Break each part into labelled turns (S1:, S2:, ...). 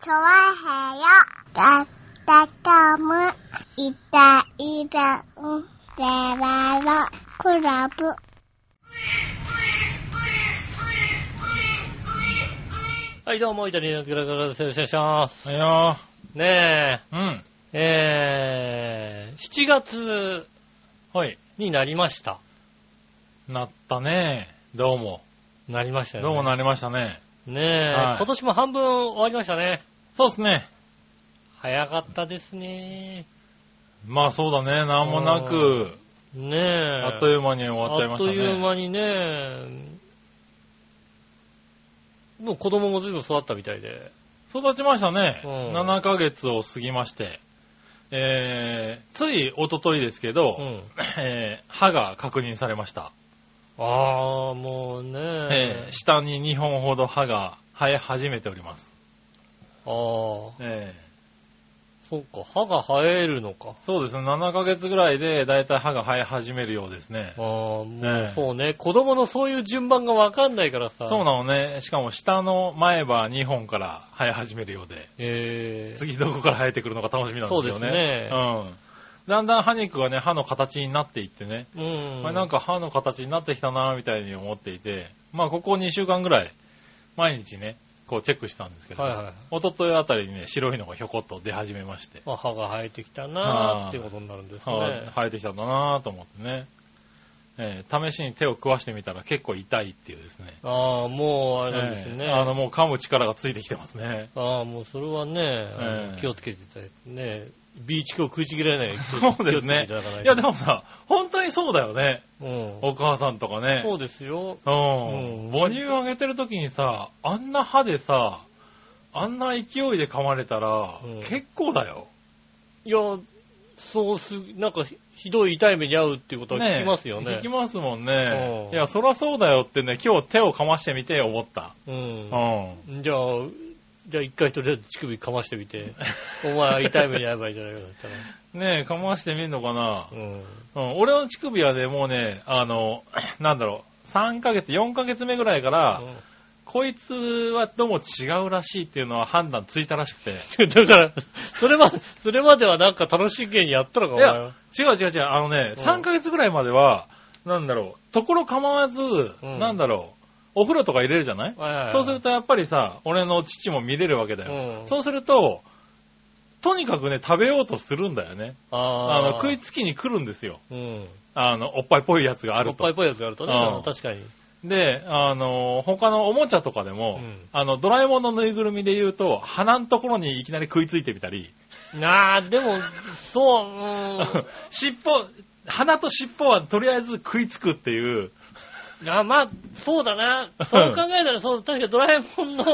S1: チョワヘヨだったかむいたいたんでららクラブ
S2: はい、どうも、イタリアンズグラグラです。よろしくお願いします。
S3: はいよ
S2: ね
S3: ー。うん。
S2: え、えー、7月
S3: はい。
S2: になりました。
S3: なったね。どうも。
S2: なりましたよね。
S3: どうもなりましたね。
S2: ねえ、
S3: はい
S2: 今年も半分終わりましたね。
S3: そうですね。
S2: 早かったですね。
S3: まあそうだね。なんもなく、
S2: ねえ。
S3: あっという間に終わっちゃいましたね。
S2: あっという間にね、もう子供もずいぶん育ったみたいで。
S3: 育ちましたね。
S2: うん
S3: 7ヶ月を過ぎまして。えー、つい一昨日ですけど、
S2: うん。
S3: えー歯が確認されました。
S2: ああ、もうね
S3: えー下に2本ほど歯が生え始めております。
S2: ああ、
S3: え
S2: そっか、歯が生えるのか。
S3: ーそうですね。7ヶ月ぐらいでだいたい歯が生え始めるようですね
S2: ああ、。もう
S3: ねえ
S2: そうね。子供のそういう順番がわかんないからさ。
S3: そう
S2: の。
S3: なのね。しかも下の前歯2本から生え始めるようで、
S2: ええ
S3: 次どこから生えてくるのか楽しみなんですよね。
S2: そうですね
S3: うん。だんだん歯肉がね、歯の形になっていってね。
S2: うん。
S3: まあなんか歯の形になってきたなみたいに思っていて、まあここ2週間ぐらい、毎日ね、こうチェックしたんですけど、
S2: はいはい
S3: 一昨日あたりにね、白いのがひょこっと出始めまして、
S2: まあ、歯が生えてきたなーっていうことになるんですね。
S3: は生えてきたんだなと思ってね、えー試しに手を食わしてみたら結構痛いっていうですね。
S2: ああ、もうあれなんですね。
S3: えーあの、もう噛む力がついてきてますね。
S2: ああ、もうそれはね、あの
S3: ええ
S2: 気をつけていただいてね、ビーチ今日食いちぎれないように気
S3: そ
S2: を
S3: うですね
S2: 気をつけていただかないと。
S3: いやでもさ、本当にそうだよね。
S2: うん、
S3: お母さんとかね。
S2: そうですよ。
S3: う
S2: うん
S3: ん。母乳あげてる時にさ、あんな歯でさ、あんな勢いで噛まれたら、
S2: うん
S3: 結構だよ。
S2: いや、そうす、なんかひひどい痛い目に遭うっていうことは聞きますよ
S3: 聞
S2: ね。
S3: きますもんね
S2: う。ん
S3: いや、そらそうだよってね、今日手を噛ましてみて思った。うん。
S2: うん。じゃあ、じゃあ一回とりあえず乳首かましてみて、お前は痛い目に遭えばいいじゃないかだったら。
S3: ねえ、噛ましてみるのかな。
S2: うん。
S3: うん。俺の乳首はね、もうね、あの、 なんだろう、3ヶ月、4ヶ月目ぐらいから、こいつはどうも違うらしいっていうのは判断ついたらしくて。
S2: うんだから、それま、それまではなんか楽しげにやったのか、お
S3: い
S2: 前
S3: や
S2: は。
S3: 違う違う違う、あのね、
S2: うん
S3: 3ヶ月ぐらいまでは、なんだろう、ところ構わず、
S2: ん
S3: なんだろう、お風呂とか入れるじゃない、
S2: はいはいはい
S3: そうするとやっぱりさ、俺の父も見れるわけだよ。
S2: うん
S3: そうすると、とにかくね、食べようとするんだよね。あ
S2: あ
S3: の、食いつきに来るんですよ。
S2: き。うん。
S3: あの、おっぱいっぽいやつがあ
S2: お
S3: る
S2: っぱい
S3: と。
S2: っぽいやつやるとね、
S3: うん
S2: 確かに。
S3: で、あの、他のおもちゃとかでも、
S2: うん
S3: あの、ドラえもんのぬいぐるみで言うと、鼻のところにいきなり食いついてみたり、
S2: なあ、でも、そう、う
S3: 尻尾、鼻と尻尾はとりあえず食いつくっていう、
S2: ん。あまあ、そうだな。そう考えたら、そう、確かドラえも んの、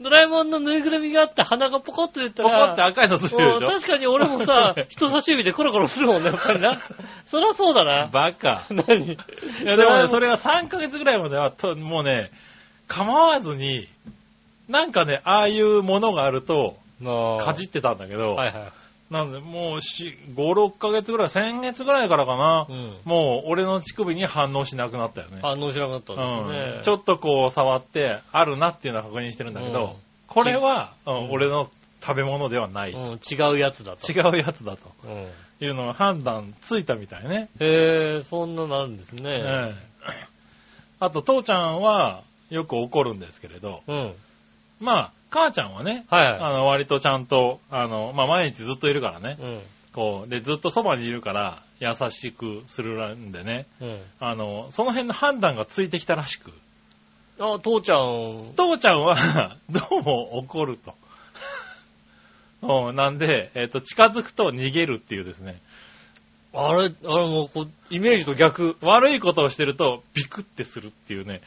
S2: ドラえもんのぬいぐるみがあって鼻がポコって出た
S3: ポコ
S2: ら、
S3: って赤いのついてるでし
S2: うん
S3: ょ
S2: 確かに俺も さ、人差し指でコロコロするもんね、やっぱりな。そりゃそうだな。
S3: バカ。
S2: 何い
S3: いやでもね、それが3ヶ月ぐらいまでは、ともうね、構わずに、なんかね、ああいうものがあると、か
S2: か
S3: じってたんだけど、
S2: はいは
S3: なんで、もうし、5、6ヶ月ぐらい、先月ぐらいからかな、
S2: い。うん。
S3: もう、俺の乳首に反応しなくなったよね。
S2: 反応しなかったんですね。
S3: うん、ちょっとこう、触って、あるなっていうのは確認してるんだけ
S2: う
S3: ど、
S2: ん
S3: これは、うん
S2: うん
S3: 俺の食べ物ではない。違
S2: うん、違うやつだと。
S3: うやつだと
S2: うん。へ
S3: いうのを判断ついたみたいね。
S2: え、そんなのあるんですね。
S3: ええあと、父ちゃんはよく怒るんですけれど、
S2: うん。
S3: まあ、母ちゃんはね、
S2: はい
S3: あ
S2: は
S3: の、割とちゃんと、あの、まあ、毎日ずっといるからね
S2: い。、うん。
S3: こう、で、ずっとそばにいるから、優しくするんでね、
S2: うん。
S3: あの、その辺の判断がついてきたらしく、
S2: あ、父ちゃん、
S3: 父ちゃんは 、どうも怒ると。 うんなんで、えっ、と、近づくと逃げるっていうですね、
S2: あれ、あれもうこう、イメージと逆。
S3: 悪いことをしてると、ビクってするっていうね。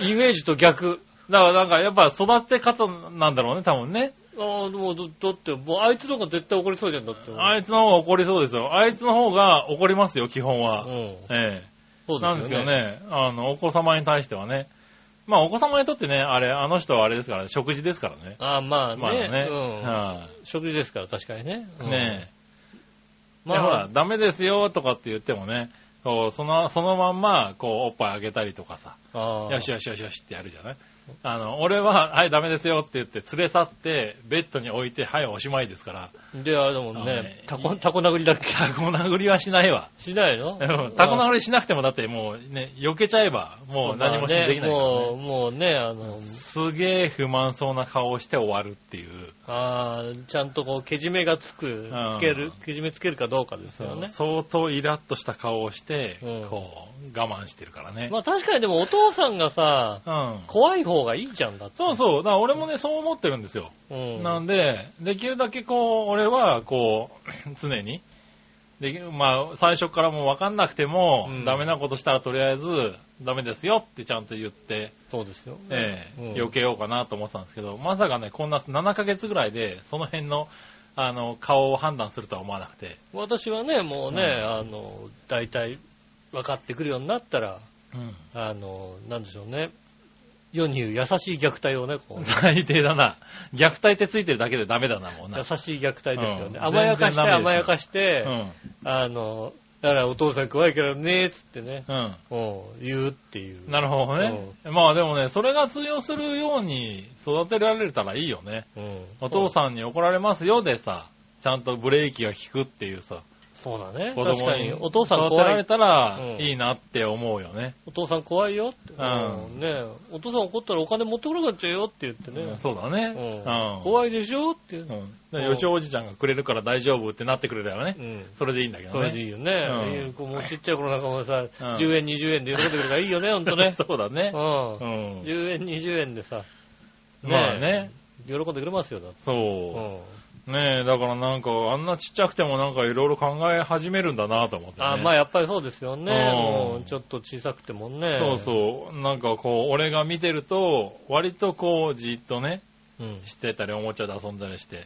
S2: イメージと逆。
S3: だからなんか、やっぱ育て方なんだろうね、多分ね。
S2: ああ、でもだ、だって、もうあいつの方が絶対怒りそうじゃんだって。
S3: あ
S2: い
S3: いつの方が怒りそうですよ。あいつの方が怒りますよ、基本
S2: う
S3: は。
S2: ん。
S3: え
S2: そうですよね。
S3: えなんですけど。ね、あの、お子様に対してはね。まあ、お子様にとってね、あれ、あの人はあれですからね、食事ですからね。
S2: ああ、まあね。
S3: まあね。
S2: うん。
S3: は
S2: 食事ですから、確かにね。
S3: い、
S2: うん
S3: ねえ。
S2: ま
S3: で
S2: あ、
S3: ほら、ダメですよ、とかって言ってもね、こう、その、そのまんま、こう、おっぱいあげたりとかさ、
S2: ああ
S3: よしよしよしよしってやるじゃないあの、俺は、はい、ダメですよって言って、連れ去って、ベッドに置いて、はい、おしまいですから、
S2: で、あれだもん
S3: あの
S2: ね
S3: ね、
S2: タコ、タコ殴りだっけ
S3: タコ殴りはしないわ。
S2: しないの
S3: うんタコ殴りしなくても、だってもうね、避けちゃえば、もう何もしできないから、
S2: もう、
S3: ね。
S2: もうね、あの、
S3: すげえ不満そうな顔をして終わるっていう。
S2: あーちゃんとこう、けじめがつく
S3: うん、
S2: つける、けじめつけるかどうかですよね。
S3: 相当イラッとした顔をして、
S2: うん
S3: こう、我慢してるからね。
S2: まあ確かにでもお父さんがさ、
S3: うん。
S2: 怖い方がいいじゃんだって。
S3: そうそう。だから俺もね、そう思ってるんですよ。
S2: うん。
S3: なんで、できるだけこう、俺はこう、 常に、できまあ、最初からもう分かんなくても、
S2: うん
S3: ダメなことしたらとりあえず、ダメですよってちゃんと言って、
S2: そうですよ。
S3: ええ
S2: うん
S3: 避けようかなと思ってたんですけど、まさかね、こんな7ヶ月ぐらいで、その辺の、あの、顔を判断するとは思わなくて、
S2: 私はね、もうね、
S3: うん
S2: あの、大体分かってくるようになったら、
S3: うん。
S2: あの、なんでしょうね。世に言う優しい虐待をね、こう、
S3: 最低だな。虐待ってついてるだけでダメだな、もう な。
S2: 優しい虐待ですよね。
S3: うん
S2: 甘やかして、
S3: 全然ダメですよ
S2: 甘やかして、
S3: うん。
S2: あの、だからお父さん怖いからね、つってね、
S3: うん。
S2: うん、言うっていう。
S3: なるほどね。まあでもね、それが通用するように育てられたらいいよね。
S2: うん。
S3: お父さんに怒られますよでさ、ちゃんとブレーキが効くっていうさ、
S2: そうだね。
S3: 子
S2: 確
S3: 供
S2: か
S3: に
S2: に、
S3: お
S2: お父
S3: 父さ
S2: さ
S3: ん
S2: ん
S3: 育て
S2: 怖
S3: られ
S2: い。
S3: たら
S2: うん
S3: いいなって思うよね。
S2: お父さん怖いよって。
S3: うん
S2: うんねお父さん怒ったらお金持ってこなくなっちゃうよって言ってね。
S3: そうだね。
S2: うん
S3: うん
S2: 怖いでしょって。う
S3: うん。だから吉尾おじちゃんがくれるから大丈夫ってなってくれればね。
S2: ん。
S3: それでいいんだけ
S2: そ
S3: どね。
S2: れでいいよね。
S3: うん
S2: いいこうもうちっちゃい頃なんかもさ、
S3: うん
S2: 10円、20円で喜んでくれるからいいよね、ほんと ね。
S3: そうだ
S2: う
S3: ね。
S2: ん
S3: う。ん。
S2: 10円、20円でさ、ね
S3: まあね。
S2: 喜んでくれますよ、だって。う
S3: そ
S2: ん。
S3: う。ねえ、だからなんか、あんなちっちゃくてもなんかいろいろ考え始めるんだなと思ってね。
S2: あまあやっぱりそうですよね。
S3: うん
S2: もうちょっと小さくてもね。
S3: そうそう。なんかこう、俺が見てると、割とこう、じっとね、
S2: う。うん。
S3: してたり、おもちゃで遊んだりして、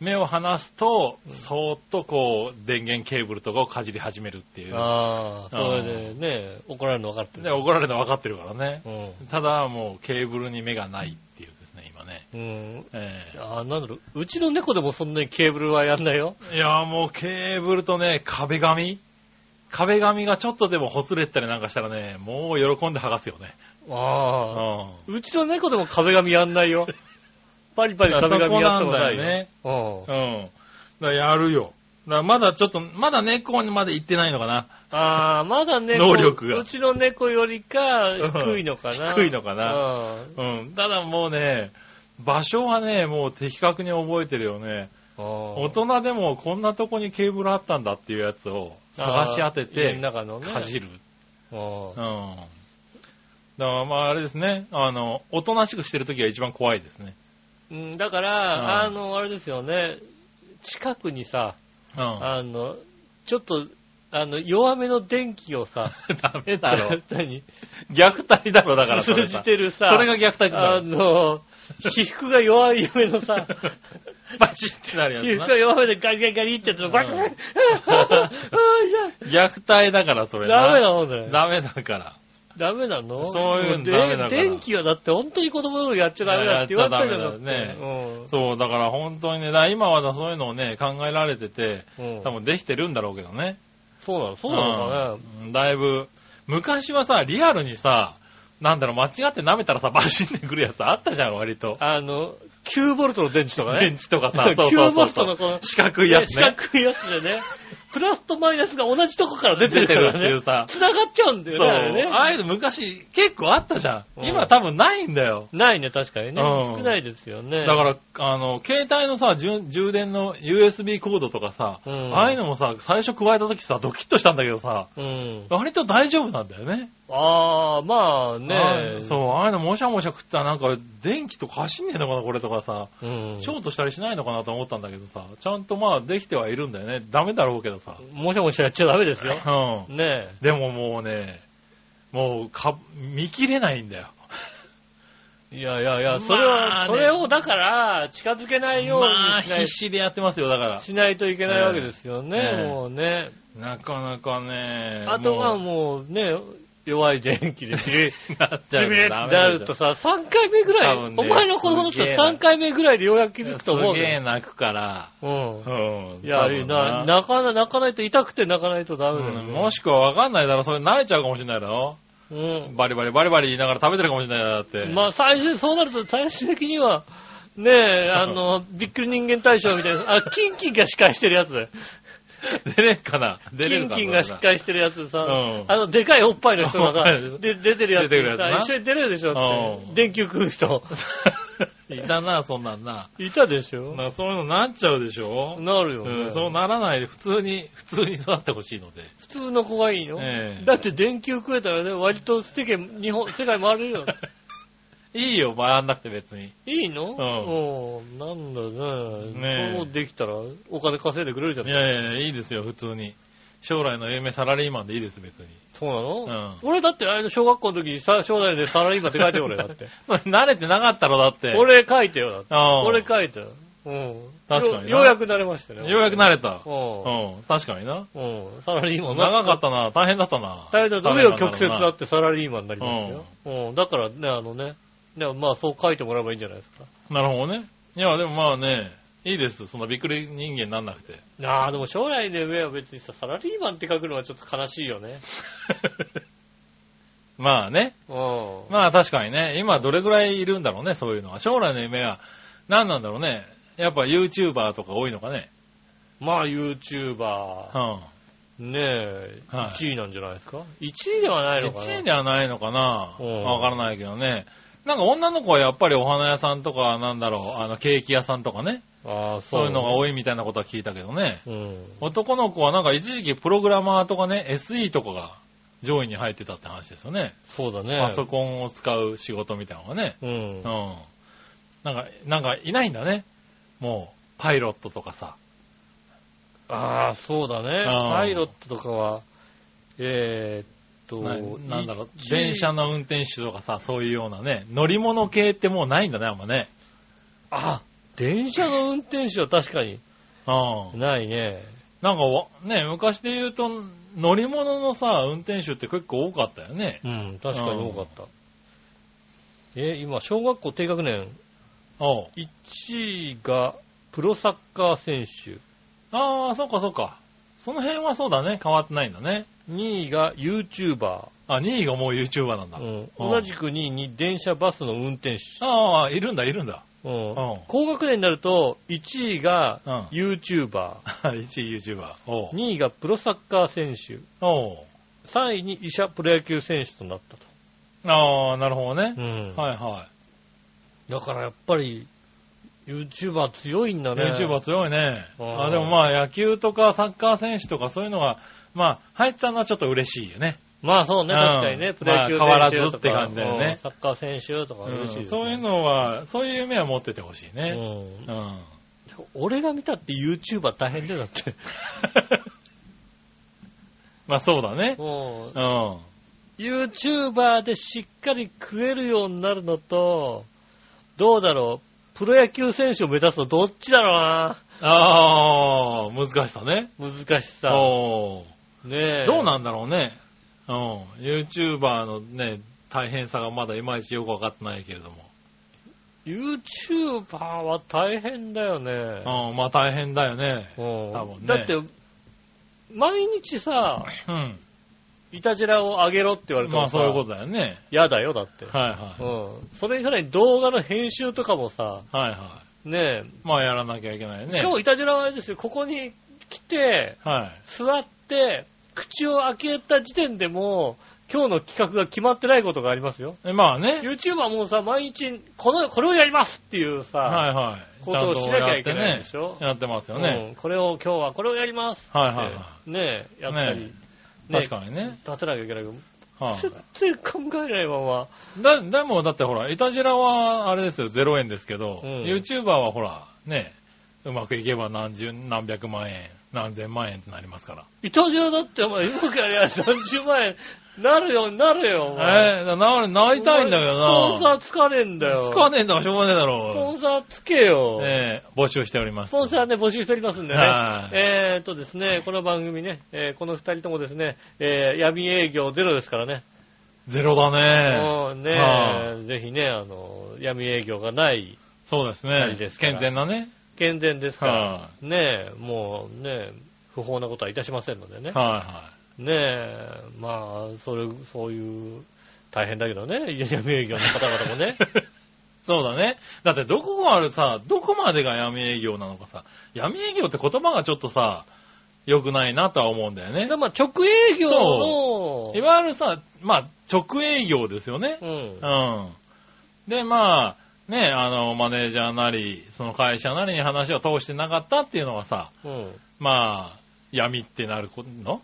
S3: 目を離すと、そーっとこう、電源ケーブルとかをかじり始めるっていう。
S2: ああ、それでね、怒られるの分かってる。
S3: で、怒られるの分かってるからね。
S2: うん。
S3: ただ、もう、ケーブルに目がないっていうですね、今ね。
S2: うん。
S3: ええ
S2: あーなんだろう、うちの猫でもそんなにケーブルはやんないよ。
S3: いやーもう、ケーブルとね、壁紙壁紙がちょっとでもほつれたりなんかしたらね、もう喜んで剥がすよね。う
S2: ああ。
S3: ん。
S2: うちの猫でも壁紙やんない よ。パリパリ壁紙やったことないよ。う。
S3: うんん。だからやるよ。だからまだちょっと、まだ猫にまで行ってないのかな。
S2: ああ、まだね、
S3: 能力が
S2: うちの猫よりか低いのかな。
S3: 低いのかな
S2: うん。
S3: うん。ただもうね、場所はね、もう的確に覚えてるよね。大
S2: 大
S3: 人でもこんなとこにケーブルあったんだっていうやつを探し当てて、
S2: 中のね。
S3: かじる。
S2: うん
S3: うん。だからまああれですね、あの、おとなしくしてるときが一番怖いですね。
S2: うん、だか
S3: うん
S2: ら、あの、あれですよね、近くにさ、
S3: うん。
S2: あの、ちょっと、あの、弱めの電気を さ、
S3: ダメだろ。
S2: 何
S3: 虐待だろ、だからそれ
S2: 通
S3: さ
S2: じてるさ、
S3: それが虐待
S2: あ
S3: だろ。
S2: の、皮膚が弱い上の さ、
S3: バチってなるや
S2: 皮膚
S3: つな
S2: が。弱めでガリガリガリってやつのバカ
S3: うん
S2: あー痛い
S3: 虐待だから、それな
S2: ダメなのだよ。
S3: ダメだから。
S2: ダメなの
S3: そういうの
S2: で
S3: ダメだから
S2: 電気はだって本当に子供の頃やっちゃダメだって言われたじゃなくて
S3: やっちゃダメだ
S2: うん
S3: そう、だから本当にね、だから今はそういうのをね、考えられてて、
S2: うん
S3: 多分できてるんだろうけどね。
S2: そうなのそうなのかね。
S3: うんだいぶ、昔はさ、リアルにさ、なんだろう、間違って舐めたらさ、バシンってくるやつあったじゃん、割と。
S2: あの、9ボルトの電池とか
S3: 電
S2: ね。
S3: 池とか さ、そうそうそう
S2: 9ボルトのこの、
S3: 四角いやつ
S2: ね
S3: ね。
S2: 四角いやつでね、プラスとマイナスが同じとこから出てるか
S3: 出てるっていうさ
S2: らね、繋がっちゃうんだ
S3: そう。
S2: よねあれね。
S3: ああいうの昔結構あったじゃ。
S2: うんん
S3: 今多分ないんだよ。
S2: ないね、確かにね。
S3: うん
S2: 少ないですよね。
S3: だから、あの、携帯のさ、充充電の USB コードとかさ、
S2: うん
S3: ああいうのもさ、最初加えた時さ、ドキッとしたんだけどさ、
S2: うん。
S3: 割と大丈夫なんだよね。
S2: ああ、まあね
S3: あ。そう、ああいうのもしゃもしゃ食ったらなんか電気とか走んねえのかな、これとかさ、
S2: う。ん。
S3: ショートしたりしないのかなと思ったんだけどさ、ちゃんとまあできてはいるんだよね。ダメだろうけどさ。
S2: もしゃもしゃやっちゃダメですよ。
S3: う
S2: ね
S3: ん。でももうね、もうか、見切れないんだよ。
S2: え。いやいやいや、それは、
S3: まあね
S2: それをだから、近づけないよう
S3: まあ
S2: にしない,、
S3: 必死でやってますよ、だから。
S2: しないといけないわけですよね、
S3: ええ
S2: もうね。
S3: なかなかね、
S2: あとは
S3: も
S2: もうね、弱い電気でビリ
S3: う、 なっち
S2: ビ
S3: ゃう
S2: リ
S3: よ
S2: ビリって
S3: ダメ
S2: な
S3: だよ
S2: るとさ、3回目ぐら
S3: 多
S2: い、
S3: 分ね
S2: お前の子供の
S3: す
S2: 人
S3: げえな
S2: 3回目ぐらいでようやく気づくと思
S3: す
S2: う
S3: げえ
S2: よ。
S3: 泣くから。
S2: うん。
S3: うん
S2: いや、いいな、、泣かな、泣かないと痛くて泣かないとダ
S3: 多
S2: メだ
S3: 分
S2: よ
S3: な
S2: ね。
S3: うんもしくはわかんないだろ、それ慣れちゃうかもしれないだろ。
S2: うん。
S3: バリバリバリバリ言いながら食べてるかもしれないな、だって。
S2: まあ、最終、そうなると最終的には、 ねえ、あの、びっくり人間大賞みたいな、あ、キンキンが司会してるやつだよ。
S3: 出れるかな出
S2: キ
S3: れる
S2: ン
S3: かな
S2: キンがしっかりしてるやつさ、
S3: うん
S2: あの、でかいおっぱいの人がさ
S3: おっぱいでしょ、
S2: で、出てるやつ
S3: 出てるやつ
S2: さ
S3: な
S2: 一緒に出れるでしょって
S3: う。ん
S2: 電球食う 人。
S3: いたな、そんなんな。
S2: いたでしょ
S3: なんかそういうのなっちゃうでしょ、
S2: なるよね、
S3: うん、そうならないで、普通に、普通に育ってほしいので。
S2: 普通の子がいいの、
S3: ええ
S2: だって電球食えたらね、割と世間、日本、世界回れるよ。
S3: いいよ、回んなくて別に。
S2: いいの
S3: う
S2: ん。
S3: ん
S2: なんだね。
S3: ねえ
S2: そうできたらお金稼いでくれるじゃ
S3: い
S2: ん。
S3: やいやいや、いいですよ、普通に。将来の夢サラリーマンでいいです、別に。
S2: そうなの、
S3: う
S2: 俺だってあれ小学校の時にさ、将来でサラリーマンって書いてよ俺だ って。
S3: 慣れてなかったらだって。、
S2: 俺書いてよだって。
S3: 俺
S2: 俺書いてよ。うん。
S3: 確かにな
S2: よようやく慣れましたね。
S3: ようやく慣れた。
S2: う
S3: うん、確かにな。
S2: ん。うん。サラリーマン
S3: 長かったな、大変だったな。
S2: 大変だった。上を曲折だ
S3: だ
S2: ってサラリーマンになりましたよ。うん。だからね、あのね。でもまあそう書いてもらえばいいんじゃないですか。
S3: なるほどね。いや、でもまあね、いいです。そんなびっくり人間になんなくて。
S2: ああ、でも将来で上は別にさ、サラリーマンって書くのはちょっと悲しいよ ね。
S3: まあね。
S2: うん。
S3: まあ確かにね。今どれぐらいいるんだろうね、そういうのは。将来の夢は何なんだろうね。やっぱ YouTuber とか多いのかね。
S2: まあ YouTuber、
S3: うん。
S2: ねえ、
S3: はい
S2: 1位なんじゃないですか ?1 位ではないのかな
S3: 1位ではないのかな
S2: うん
S3: わからないけどね。なんか女の子はやっぱりお花屋さんとか、なんだろう、あの、ケーキ屋さんとかね。
S2: ああ、そ。
S3: そうういうのが
S2: 多い。
S3: 多いみたいなことは聞いたけどね。
S2: うん。
S3: 男の子はなんか一時期プログラマーとかね、SE とかが上位に入ってたって話ですよね。
S2: そうだね。
S3: パソコンを使う仕事みたいなのがね。
S2: うん
S3: う。ん。なんか、なんかいないんだね。もう、パイロットとかさ。
S2: ああ、そうだね。
S3: うん
S2: パイロットとかは、えーっと、
S3: ななんだろう
S2: 一、位
S3: 電車の運転手とかさ、そういうようなね、乗り物系ってもうないんだね、あんまね。
S2: あ、電車の運転手は確かに
S3: うん。
S2: ないね。
S3: なんかわ、ね、昔で言うと、乗り物のさ、運転手って結構多かったよね。
S2: うん、確かに多かった。え、今、小学校低学年、
S3: おう
S2: 1位がプロサッカー選手、
S3: ああ、そうかそうか。その辺はそうだね、変わってないんだね。
S2: 2位が YouTuber、
S3: あ、2位がもう YouTuber なんだ。
S2: うん、同じく2位に電車バスの運転手、
S3: ああ、いるんだ、いるんだ。
S2: うん
S3: うん
S2: 高学年になると1位が
S3: うん
S2: YouTuber、
S3: 1位 YouTuber。おう
S2: 2位がプロサッカー選手、
S3: おう
S2: 3位に医者プロ野球選手となったと。
S3: ああ、なるほどね。
S2: うん
S3: はいは
S2: だからやっぱり YouTuber 強いんだ
S3: い。
S2: ね。
S3: YouTuber 強いね。
S2: うん
S3: あでもまあ野球とかサッカー選手とかそういうのは、まあ入ったのはちょっと嬉しいよね。
S2: まあそうね、
S3: うん
S2: 確かにね、プロ野球選手とか、
S3: まあ変わらずって感じだよね
S2: うんサッカー選手とか嬉しいで
S3: うん
S2: す、ね
S3: そういうのは、そういう夢は持っててほしいね。
S2: うん
S3: うん。
S2: 俺が見たって YouTuber 大変だよ、だって。
S3: まあそうだね。
S2: も
S3: うん。あ
S2: う、YouTuber でしっかり食えるようになるのと、どうだろう、プロ野球選手を目指すのどっちだろうな、
S3: あー、難しさね。
S2: 難しさ。
S3: おー
S2: ねえ。
S3: どうなんだろうね。うん。YouTuber のね、大変さがまだいまいちよくわかってないけれども。
S2: ?YouTuber は大変だよね。
S3: うん、まあ大変だよね。
S2: うん
S3: 多分ね
S2: だって、毎日さ、
S3: うん。
S2: いたじらを上げろって言われた
S3: ま
S2: ら
S3: あ
S2: さ、
S3: そういうことだよね。
S2: 嫌だよ、だって。
S3: はいは
S2: うん。それにさらに動画の編集とかもさ、
S3: い。はいは
S2: ね
S3: い。まあやらなきゃいけない
S2: え、
S3: ね。
S2: しかもいたじらはあれですよ、ここに来て、
S3: は
S2: 座って、口を開けた時点でもう、今日の企画が決まってないことがありますよ。
S3: い。えまあね。
S2: YouTuber もさ、毎日、この、これをやりますっていうさ、
S3: はいはい。
S2: ことをしなきゃいけないでし
S3: ちゃんとや
S2: ょ
S3: ってね。やってますよ
S2: う
S3: ね。
S2: んこれを、今日はこれをやりますって、
S3: はいはいは
S2: ねえ、やったり、
S3: ね
S2: ねえ
S3: 確かにね。
S2: 立てなきゃいけないけど、
S3: はい
S2: 全然考えないまま、
S3: だ、でもだってほら、イタジラはあれですよ、0円ですけど、
S2: うん
S3: YouTuber はほら、ね、うまくいけば何十、何百万円、何千万円ってなりますから。
S2: 伊藤城だってお前、うまくやりゃ30万円、なるよ、なるよ、お前。
S3: えー、な、なりたいんだけど
S2: スポ
S3: な。
S2: ンサーつかねえんだよ。
S3: つかねえんだからしょうがねえだ
S2: スポ
S3: ろ
S2: ンサーつけよ。
S3: う。ねえ、募集しております。
S2: スポンサーね、募集しておりますんでね
S3: はい。
S2: えーっとですね、この番組ね、えーこの二人ともですね、えー闇営業ゼロですからね。
S3: ゼロだね。
S2: もうね、
S3: は
S2: ぜひね、あの、闇営業がない、
S3: そうです
S2: な
S3: ね
S2: りです。から
S3: 健全なね。
S2: 健全ですから、
S3: は
S2: ねえ、もうね、不法なことはいたしませんのでね。
S3: はいは
S2: ねえ、まあ、それ、そういう大変だけどね、 家闇営業の方々も ね。
S3: そうだね。だってどこまでさ、どこまでが闇営業なのかさ、闇営業って言葉がちょっとさ、良くないなとは思うんだよね
S2: で。まあ直営業の、
S3: いわゆるさ、まあ、直営業ですよね。
S2: うん
S3: う。ん。で、まあ、ね、あの、マネージャーなり、その会社なりに話を通してなかったっていうのはさ、
S2: う
S3: まあ、闇ってなるこの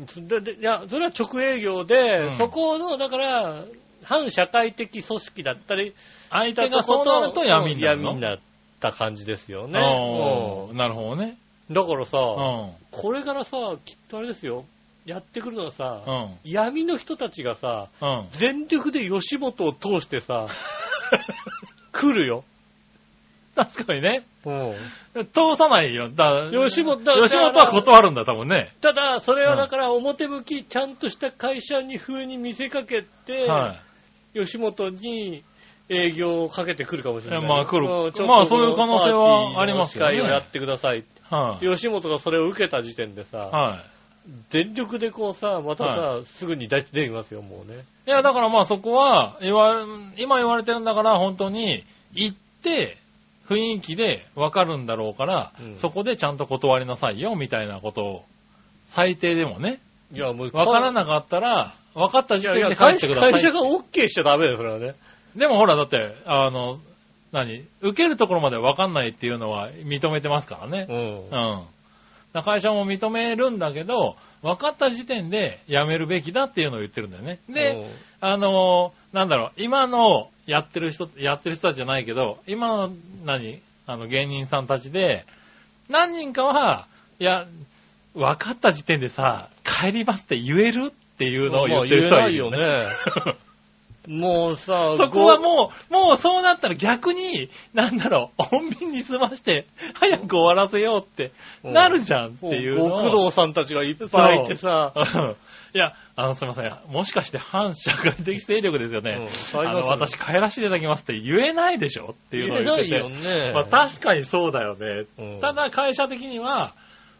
S2: ん。で、でいや、それは直営業で、
S3: うん
S2: そこの、だから、反社会的組織だったり、
S3: 相
S2: そうい
S3: 手
S2: っ
S3: が
S2: た
S3: そうなると闇になる
S2: 闇
S3: の
S2: になった感じですよね。
S3: おー
S2: う
S3: なるほどね。
S2: んだからさ、
S3: う
S2: これからさ、きっとあれですよ、やってくるのはさ、
S3: ん。うん。
S2: 闇の人たちがさ、
S3: うん。
S2: 全力で吉本を通して さ、来るよ。
S3: 確かにね。
S2: うん。
S3: 通さないよ。だ
S2: 吉本だから
S3: 吉本は断るんだ、多分ね。
S2: ただ、それはだから表向き、ちゃんとした会社に風に見せかけて、
S3: は
S2: 吉本に営業をかけてくるかもしれないい。
S3: やまあ来る
S2: うんちょっと
S3: まあそういう可能性はありますよね
S2: パーティーの司会をやってください。
S3: い。はい。
S2: 吉本がそれを受けた時点でさ、
S3: はい。
S2: 全力でこうさ、また
S3: は
S2: さ、すぐに出てきますよ、もうね。
S3: いや、だからまあそこは、言わ、今言われてるんだから、本当に、行って、雰囲気でわかるんだろうから、
S2: うん
S3: そこでちゃんと断りなさいよ、みたいなことを、最低でもね、
S2: いや、もう、
S3: わから
S2: い。
S3: なかったら、分かった
S2: い
S3: 時
S2: やい
S3: 点
S2: や
S3: で帰っ
S2: 会
S3: て
S2: 社
S3: ください。
S2: 会社が OK しちゃダメだよ、それはね。
S3: でもほら、だって、あの、何受けるところまでわかんないっていうのは認めてますからね。
S2: うん
S3: う。ん。だから会社も認めるんだけど、分かった時点でやめるべきだっていうのを言ってるんだよね。で、
S2: うん、
S3: あのーなんだろう、今のやってる人、やってる人たちじゃないけど、今の、何あの、芸人さんたちで、何人かは、いや、分かった時点でさ、帰りますって言えるっていうのを言ってる人はいるよね。
S2: まあ言えない よね。もうさ、
S3: そこはもう、もうそうなったら逆に、なんだろう、穏便に済まして、早く終わらせようって、
S2: うん
S3: なるじゃんって
S2: ご
S3: いうのを
S2: ご苦労さんたちがいっぱいいてさ、
S3: うん いや、あの、すいません。もしかして反社会的勢力ですよ
S2: うんあり
S3: ね
S2: ま。すよね
S3: あの、私帰らせていただきますって言えないでしょっていう
S2: 言
S3: のを
S2: え
S3: 言っ
S2: な
S3: てて。
S2: いよね。
S3: まあ確かにそうだよね。
S2: うん
S3: ただ会社的には、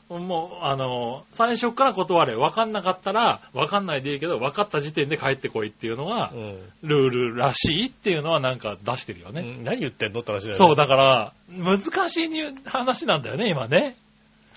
S3: もう、あの、最初から断れ。分かんなかったら、分かんないでいいけど、分かった時点で帰ってこいっていうのが
S2: う、ん
S3: ルールらしいっていうのはなんか出してるよね。
S2: うん何言ってんのって話だよね。
S3: そう、だから、難しいに話なんだよね、今ね。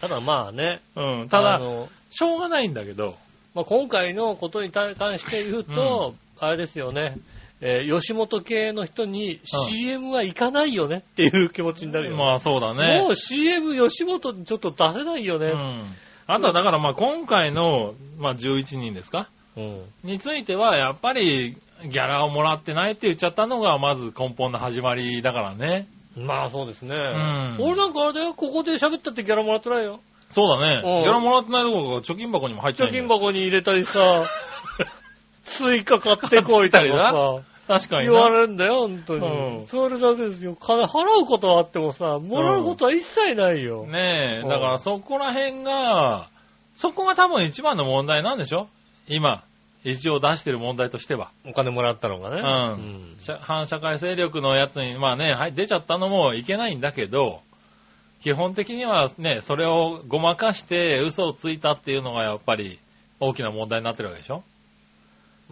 S2: ただまあね、
S3: うん。た
S2: あ
S3: だ、
S2: の
S3: しょうがないんだけど、
S2: まあ、今回のことに対して言うと、あれですよね、えー吉本系の人に CM は行かないよねっていう気持ちになるよね。
S3: まあそうだね。
S2: もう CM 吉本にちょっと出せないよ
S3: う
S2: ね。
S3: ん。あとはだからまあ今回の、まあ11人ですか
S2: うん
S3: についてはやっぱりギャラをもらってないって言っちゃったのがまず根本の始まりだからね。
S2: まあそうですね。
S3: ん
S2: 俺なんかあれだよ、ここで喋ったってギャラもらってないよ。
S3: そうだね。
S2: うん
S3: ギャラもらってないところが貯金箱にも入っちゃう
S2: 貯金箱に入れたり さ、スイカ買ってこいと
S3: 買ってきたりな
S2: か
S3: 確
S2: さ、
S3: かに
S2: 言わ
S3: な。
S2: れるんだよ、本当に。
S3: うん
S2: それだけですよ。金払うことはあってもさ、もらうことは一切ないよ。
S3: ね
S2: う
S3: え。
S2: ん
S3: だからそこら辺が、そこが多分一番の問題なんでしょ今、一応出してる問題としては。
S2: お金もらったのがね。
S3: うん
S2: ん
S3: 社反社会勢力のやつに、まあね、はい、出ちゃったのもいけないんだけど、基本的にはね、それをごまかして嘘をついたっていうのがやっぱり大きな問題になってるわけでしょ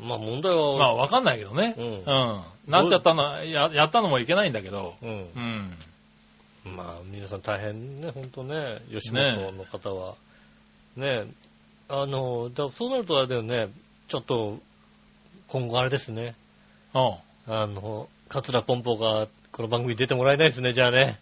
S2: まあ問題
S3: まあ
S2: は、
S3: わかんないけどね。
S2: うん
S3: うん。なっちゃったの、や、やったのもいけないんだけど、
S2: うん
S3: うん。
S2: まあ皆さん大変ね、本当ね、吉
S3: ね
S2: 本の方は。ねあの、だそうなるとあれだよね、ちょっと、今後あれですね、
S3: うん。
S2: あの、桂ポンポがこの番組に出てもらえないですね、じゃあね。。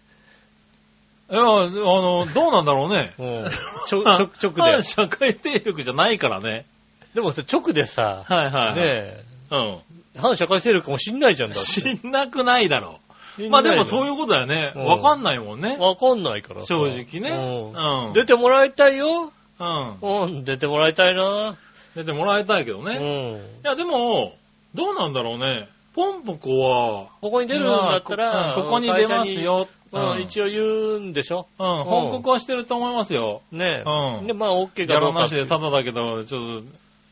S3: いや、あの、どうなんだろうね
S2: うん。ち ょ、ちょ、直で
S3: 反。社会勢力じゃないからね。
S2: でもさ、直でさ、
S3: はいは
S2: ね
S3: ね
S2: え、
S3: うん。
S2: 反社会勢力かもしんないじゃんだって。
S3: しんなくないだろ
S2: 死
S3: う。
S2: ん
S3: ま
S2: な
S3: あでもそう
S2: い
S3: いうことだよね。
S2: うん
S3: わかんないもんね
S2: じゃん。。わかんないからさ。
S3: 正直ね。
S2: うん
S3: うん。
S2: 出てもらいたいよ。
S3: うん。
S2: うん、出てもらいたいな。
S3: 出てもらいたいけど
S2: う
S3: ね。い
S2: ん。
S3: や、でも、どうなんだろうね。ポンポコは、
S2: ここに出るんだったら、
S3: うんここに出ます
S2: 会社に。
S3: よ。
S2: うん、一応言うんでしょ
S3: 応。うん、報告はしてると思いますよ。
S2: ね
S3: うん
S2: で、まあ、OK
S3: ギ
S2: か
S3: ャ
S2: ど
S3: ラ
S2: うか
S3: な
S2: っ
S3: して
S2: いう。
S3: でただだけど、ちょっと、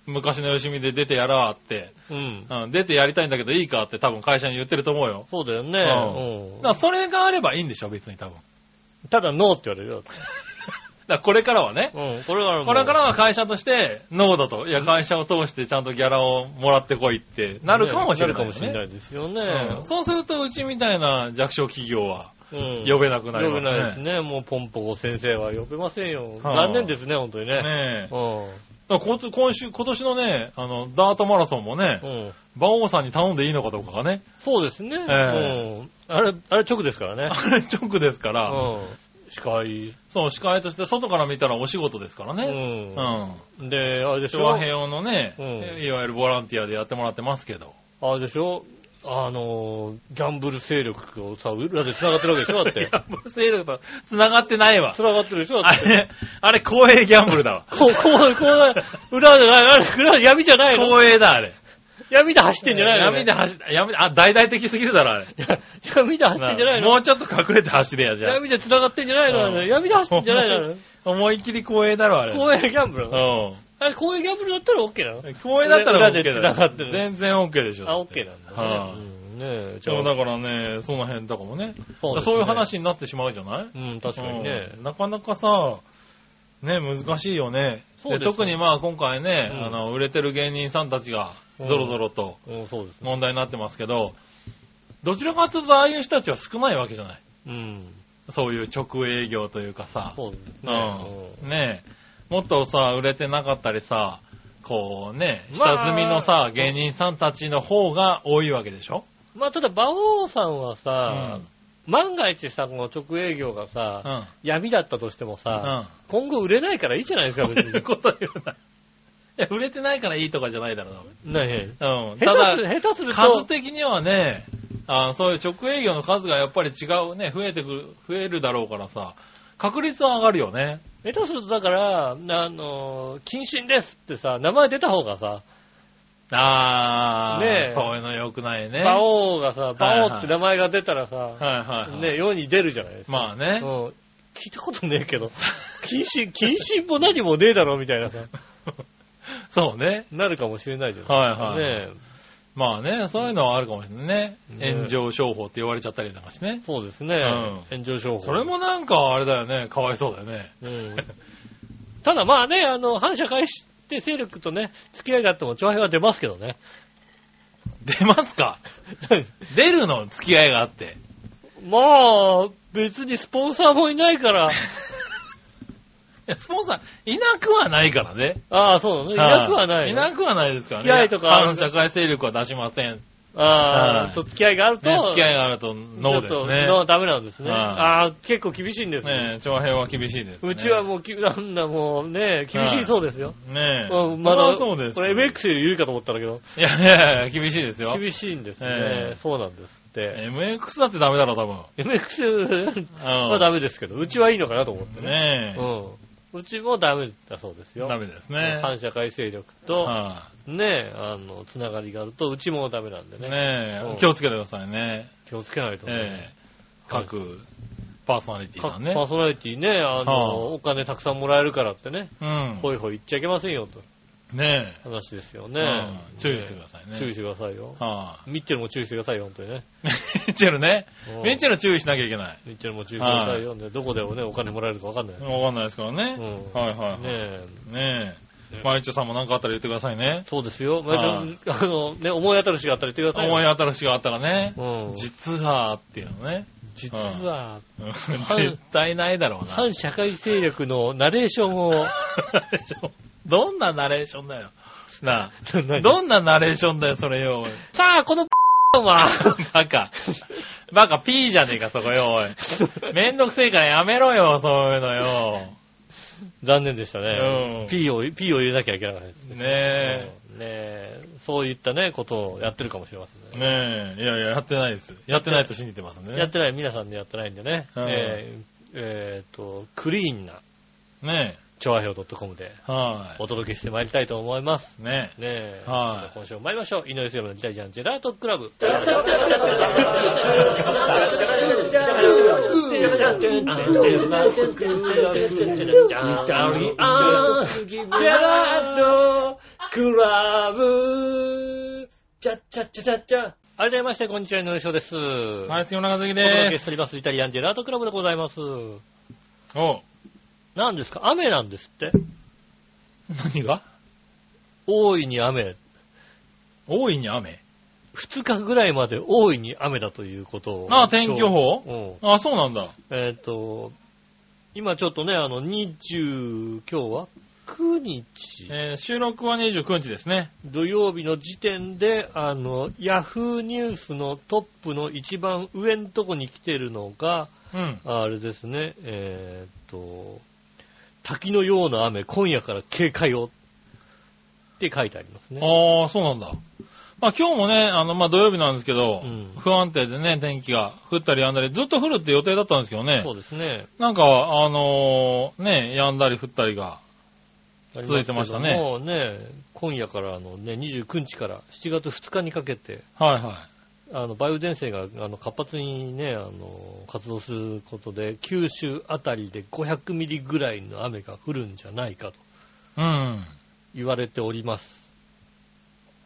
S3: 昔のよしみで出てやらーって、
S2: うん。
S3: うん、出てやりたいんだけどいいかって多分会社に言ってると思うよ。
S2: そうだよ
S3: う
S2: ね。う
S3: だ
S2: ん
S3: からそれがあればいいんでしょ、別に多分。
S2: ただ、ノーって言われるよ。
S3: からこれからはね、
S2: うん、これからも
S3: これからは会社として、ノーだと、いや、会社を通してちゃんとギャラをもらってこいってなるかもしれない、
S2: なるかもしれないですよね。
S3: うんそうすると、うちみたいな弱小企業は
S2: うん
S3: 呼べなくなり
S2: 呼
S3: ま
S2: べ
S3: す
S2: ないです
S3: ね。
S2: ね。もうポンポコ先生は呼べませんよ。
S3: はあ
S2: 残念ですね、本当にね。
S3: ねえ。
S2: うん。
S3: だからこつ今週、今年のね、あの、ダートマラソンもね
S2: う、ん。
S3: 馬王さんに頼んでいいのかどうかがね、
S2: そうですね。
S3: え
S2: うん。あれ、あれ直ですからね。
S3: あれ 直ですから、
S2: うん。司会、
S3: そう、司会として外から見たらお仕事ですからね。う。
S2: うんん。で、あれでし
S3: 昭和
S2: ょ
S3: 平和のね、
S2: うん
S3: いわゆるボランティアでやってもらってますけど。
S2: あれでしょあの、ギャンブル勢力をさ、裏で繋がってるわけでしょだっ
S3: いや
S2: て。、
S3: もう勢力と繋がってないわ。
S2: 繋がってるでしょだ
S3: あ
S2: って。
S3: れ、あれ公営ギャンブルだわ。
S2: こう、こう、こう、裏じゃない、あれ、裏、闇じゃないの
S3: 公営だ、あれ。
S2: 闇で走ってんじゃないの
S3: 闇で走って、闇で、あ、大々的すぎるだろ、あれ。
S2: 闇で走ってんじゃないの
S3: もうちょっと隠れて走れや、じゃあ。
S2: 闇で繋がってんじゃないのあれ
S3: うん
S2: 闇で走ってんじゃないのあれ
S3: 思いっきり公営だろ、あれ。
S2: 公営ギャンブルなの
S3: う
S2: あれ、公営ギャンブルだったら OK なの
S3: ん。公営だったら
S2: 裏
S3: OK
S2: で
S3: だよ。
S2: 繋がってる
S3: 全然 OK でしょ。
S2: あ、OK なんだね。
S3: は
S2: う
S3: い
S2: んねえ、じ
S3: そ
S2: ゃ
S3: う
S2: あ、
S3: だからね、その辺とかもね。
S2: そですね
S3: そういう。話になってしまうじゃない
S2: うん、確かにね。
S3: うんなかなかさ、ね、難しいよね。
S2: そうですね
S3: 特にまあ今回ね、
S2: うん
S3: あの、売れてる芸人さんたちが、ゾ
S2: うん
S3: ロゾロと
S2: うん、そうですね。
S3: 問題になってますけど、どちらかというとああいう人たちは少ないわけじゃない。
S2: うん、
S3: そういう直営業というかさ、
S2: そうです
S3: う
S2: ね。
S3: ん。ねえ、もっとさ、売れてなかったりさ、こうね、
S2: まあ
S3: 下積みのさ、芸人さんたちの方が多いわけでしょ
S2: うんまあ、ただ、馬王さんは
S3: う
S2: さ
S3: ん、。
S2: 万が一さ、この直営業が
S3: う
S2: さ、
S3: ん。
S2: 闇だったとしても
S3: う
S2: さ、
S3: ん。
S2: 今後売れないからいいじゃないですか、別
S3: そういう
S2: に。
S3: こと言うな。いや、売れて ないからいいとかじゃないだろう
S2: ね
S3: な。うん。
S2: え下手す
S3: ただ、
S2: る、下手する
S3: 数
S2: と、
S3: 的にはね、あそういう直営業の数がやっぱり違うね、増えてくる、増えるだろうからさ、確率は上がるよね。
S2: 下手するとだから、あの、謹慎ですってさ、名前出た方がさ、
S3: あー、
S2: ねえ
S3: そういうの良くないね。
S2: 馬王がさ、馬王
S3: は
S2: っ
S3: い
S2: て名前が出たらさ、
S3: はいはい、はい。
S2: ね、世に出るじゃないですか。
S3: まあね。
S2: うん聞いたことねえけど、謹慎、謹慎も何もねえだろ、みたいなさ、
S3: そうね。
S2: なるかもしれないじゃん。
S3: はいはい
S2: ね
S3: まあね、そういうのはあるかもしれないね。
S2: ね
S3: 炎上商法って言われちゃったりなんかしてね
S2: え。そうですね。
S3: うん
S2: 炎上商法。
S3: それもなんかあれだよね、かわいそうだよ ね。
S2: うん。ただまあね、あの、反社会って勢力とね、付き合いがあっても、長編は出ますけどね。
S3: 出ますか出るの付き合いがあって。
S2: まあ、別にスポンサーもいないから、
S3: いやスポンサー、いなくはないからね。
S2: ああ、そうなの。いなくはない
S3: い
S2: の。
S3: なくはないですからね。
S2: 付き合いとかある
S3: 反社会勢力は出しません。ね、
S2: あ
S3: は
S2: あ、
S3: い
S2: と付き合いがあると、
S3: 付き合いがあると、ノー
S2: ち
S3: で
S2: ょっ
S3: す
S2: と、
S3: ね。
S2: ノーダメなんですね。
S3: はい
S2: ああ、結構厳しいんですね。
S3: ねえ、長編は厳しいです、ね。
S2: うちはもうき、なんだもうね、厳しいそうですよ。
S3: う。ねえ。
S2: うん、まだ、
S3: そりゃそうです。
S2: これ MX より緩いかと思ったんだけど、
S3: いやいやいや、厳しいですよ。
S2: 厳しいんですね。
S3: ええ
S2: そうなんですって。
S3: MX だってダメだろ、多分。
S2: MX
S3: うん。
S2: はダメですけど、うちはいいのかなと思ってね。
S3: ねえ。
S2: うん。うちもダメだそうですよ。
S3: ダメですね。
S2: 反社会勢力と、
S3: は
S2: ね、あの、つながりがあると、うちもダメなんで
S3: い
S2: ね。
S3: ね
S2: うん
S3: え、気をつけてくださいね。
S2: 気をつけないと
S3: ええ
S2: ね。。
S3: 各パーソナリティ
S2: 各
S3: さ
S2: パ
S3: んね。
S2: ーソナリティね、あ
S3: はあ
S2: の、お金たくさんもらえるからってね、
S3: うん。
S2: ほいほい言っちゃいけませんよと
S3: ね
S2: 話ですよ
S3: え。う
S2: ね
S3: ん。注意してくださいね。
S2: 注意してくださいよ。
S3: は
S2: ミッチェルも注意してくださいよ、本当にね。
S3: い。 ミッチェルね。
S2: うん
S3: ミッチェル注意しなきゃいけない。
S2: ミッチェルも注意してくださいよ。ねどこでおね、お金もらえるかわかんない。ね
S3: わかんないですからね。
S2: うん
S3: はいはいはい。ね
S2: え。
S3: え。マイチョさんも何かあったら言ってくださいね。
S2: そうですよ。まあちょあの、ね、思い当たるしがあったら言ってくださいよ。
S3: 思い当たる詩があったらね。
S2: うん。
S3: 実はっていうのね。
S2: 実は、
S3: うん 絶対ないだろうな。
S2: 反社会勢力のナレーションを、
S3: ナレーションどんなナレーションだよ。なあ。
S2: どん
S3: どんなナレーションだよ、それよ。 おい
S2: さあ、このは、
S3: バカ。バカ、P じゃねえか、そこよ、おい。めんどくせえからやめろよ、そういうのよ。
S2: 残念でしたね
S3: う。ん
S2: P を、P を入れなきゃいけなかったですね。
S3: ね
S2: うんねえそういったね、ことをやってるかもしれませんね。
S3: え。ねえ。いやいや、やってないです。やってないと信じてますんでね。
S2: やってない、皆さんでやってないんでね。
S3: うん
S2: えーえーと、クリーンな、
S3: ね
S2: 調和表 .com で
S3: え。はい。
S2: お届けしてまいりたいと思います。
S3: ねえ。
S2: ねえ。
S3: はい
S2: 今週も参りましょう。井上杉山のイタリアンジェラートクラブ。改めまして、こんにちは、井上翔です。はい
S3: はい、杉村和之
S2: お届け
S3: で
S2: し
S3: す。
S2: ております、イタリアンジェラートクラブでございます。
S3: お
S2: 何ですか雨なんですって。
S3: 何が
S2: 大いに雨。
S3: 大いに雨。
S2: 2日ぐらいまで大いに雨だということを。
S3: ああ天気予報
S2: うん。
S3: あ、そうなんだ。
S2: えっ、と、今ちょっとね、あの、20、今日は9日、
S3: えー収録は29日ですね。
S2: 土曜日の時点で、あの、ヤフーニュースのトップの一番上のとこに来てるのが、
S3: うん。
S2: あれですね、えっ、と、滝のような雨、今夜から警戒をって書いてありますね。
S3: ああ、そうなんだ。まあ今日もね、あの、まあ土曜日なんですけど、
S2: うん
S3: 不安定でね、天気が降ったりやんだり、ずっと降るって予定だったんですけどね
S2: そ。うですね。
S3: なんか、あのーね、やんだり降ったりが。続いてましたね
S2: もうね、今夜からあのね、29日から7月2日にかけて、
S3: はいは
S2: あの梅雨前線があの活発にね、あの活動することで、九州あたりで500ミリぐらいの雨が降るんじゃないかと
S3: い。うん。
S2: 言われております。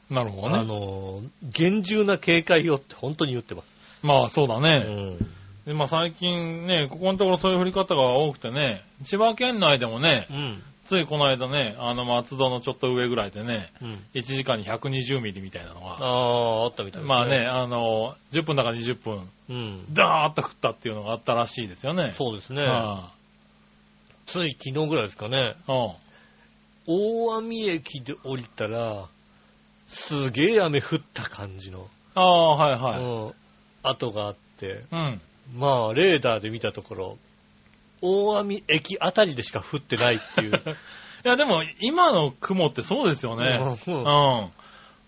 S3: なるほ
S2: あ
S3: どね。
S2: の、厳重な警戒をって本当に言ってます。
S3: まあそうだ
S2: う
S3: ね。
S2: ん。
S3: でまあ最近ね、ここのところそういう降り方が多くてね、千葉県内でもね、
S2: うん。
S3: ついこの間ね、あの松戸のちょっと上ぐらいでね、
S2: うん。
S3: 1時間に120ミリみたいなの
S2: あ
S3: が、
S2: あ、あったみたいです
S3: まあね、。あの、10分だから20分、
S2: うん。
S3: ダーッと降ったっていうのがあったらしいですよね。
S2: そうです
S3: う
S2: ね。
S3: あ
S2: つい昨日ぐらいですかね。
S3: あうん。
S2: 大網駅で降りたら、すげえ雨降った感じの、
S3: ああ、はいはい。
S2: うん跡があって、
S3: うん。
S2: まあ、レーダーで見たところ、大網駅あたりでしか降ってないって いう。
S3: いや、でも今の雲ってそうですよね。
S2: う
S3: うん。
S2: ん
S3: も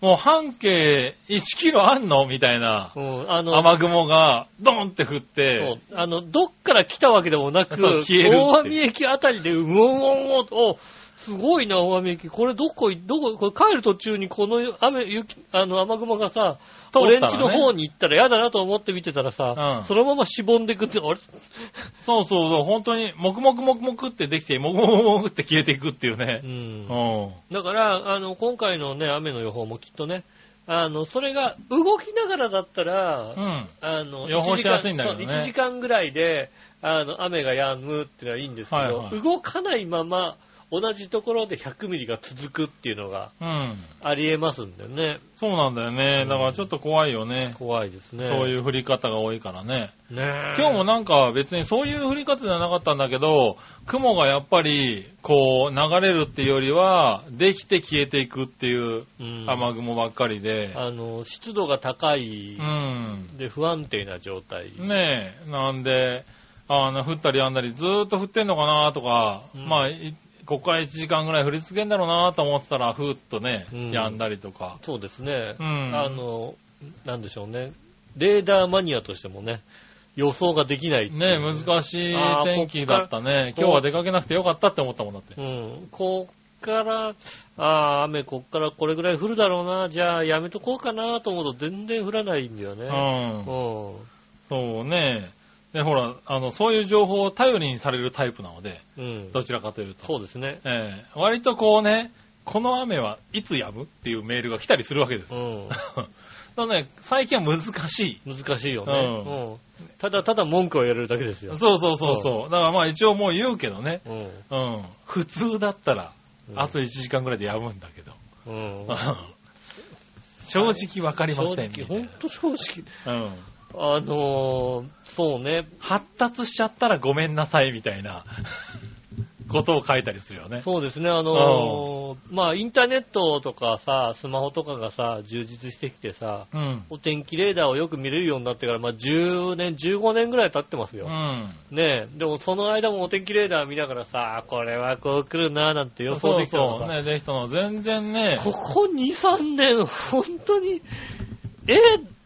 S3: う半径1キロあんのみたいな
S2: うんあの、
S3: 雨雲がドーンって降っ
S2: そう
S3: て、
S2: あの、どっから来たわけでもなく、
S3: そう消えるっていう
S2: 大網駅あたりで、うおんおんおんと、おすごいな、大網駅。これどこい、どこ、これ帰る途中にこの雨、雪、あの、雨雲がさ、
S3: 通ったら
S2: オ
S3: ね
S2: レンジの方に行ったら嫌だなと思って見てたらさ、
S3: うん
S2: そのまましぼんでくって、あれ
S3: そうそうそう、本当に、もくもくもくもくってできて、もくもくもくって消えていくっていうね
S2: う。ん
S3: うん。
S2: だから、あの、今回のね、雨の予報もきっとね、あの、それが動きながらだったら、
S3: うん。
S2: あの、
S3: 予報しやすいんだけどね
S2: 1時間1時間ぐらいで、あの、雨が止むってのはいいんですけど、
S3: はいはい
S2: 動かないまま、同じところで100ミリが続くっていうのが
S3: うん。
S2: ありえますんでね。
S3: そうなんだよね。だからちょっと怖いよね。
S2: 怖いですね。。
S3: そういうう降り方が多いからね。
S2: ね
S3: 今日もなんか別にそういう降り方じゃなかったんだけど、雲がやっぱりこう流れるっていうよりは、できて消えていくっていう
S2: うん、
S3: 雨雲ばっかりで。
S2: あの、湿度が高い、
S3: うん。
S2: で、不安定な状態。
S3: ねえ、なんで、あの、降ったりやんだり、ずーっと降ってんのかなとか、
S2: うん
S3: まあ、いここから1時間ぐらい降り続けんだろうなと思ってたら、ふーっとね、
S2: うん
S3: やんだりとか。
S2: そうですね。
S3: うん
S2: あの、なんでしょうね。レーダーマニアとしてもね、予想ができないっていう
S3: ねえ、難しい
S2: あー
S3: 天気だったね。
S2: こっから
S3: 今日は出かけなくてよかったって思ったもんだって。
S2: うん、こっから、あー雨こっからこれぐらい降るだろうな、じゃあやめとこうかなと思うと全然降らないんだよ
S3: う。
S2: ね。うんん。
S3: そうね。で、ほら、あの、そういう情報を頼りにされるタイプなので、
S2: うん。
S3: どちらかというと。
S2: そうですね。
S3: ええ割とこうね、この雨はいつ止むっていうメールが来たりするわ けです
S2: う。ん。
S3: だからね、最近は難しい。
S2: 難しいよね。
S3: う
S2: うん。ただただ文句をやれるだけですよ。
S3: そうそうそうそう。だからまあ一応もう言うけどね。
S2: うん。
S3: うん。普通だったら、
S2: うん
S3: あと1時間ぐらいでやむんだけど。
S2: うん。
S3: 正直わかりま
S2: 正
S3: せん。
S2: 直、
S3: みたい
S2: ほんと正直。
S3: なうん。
S2: あのー、そうね。
S3: 発達しちゃったらごめんなさい、みた いなことを書いたりするよね。
S2: そうですね、あのー、まあ、インターネットとかさ、スマホとかがさ、充実してきてさ、
S3: うん。
S2: お天気レーダーをよく見れるようになってから、まあ、10年、15年ぐらい経ってます
S3: う
S2: よ。
S3: ん。
S2: ねえ、でもその間もお天気レーダー見ながらさ、これはこう来るななんて予想
S3: そ
S2: で
S3: う
S2: きたの
S3: そう。
S2: さ、
S3: ね、できたの。全然ね、
S2: ここ2、3年、本当に、え、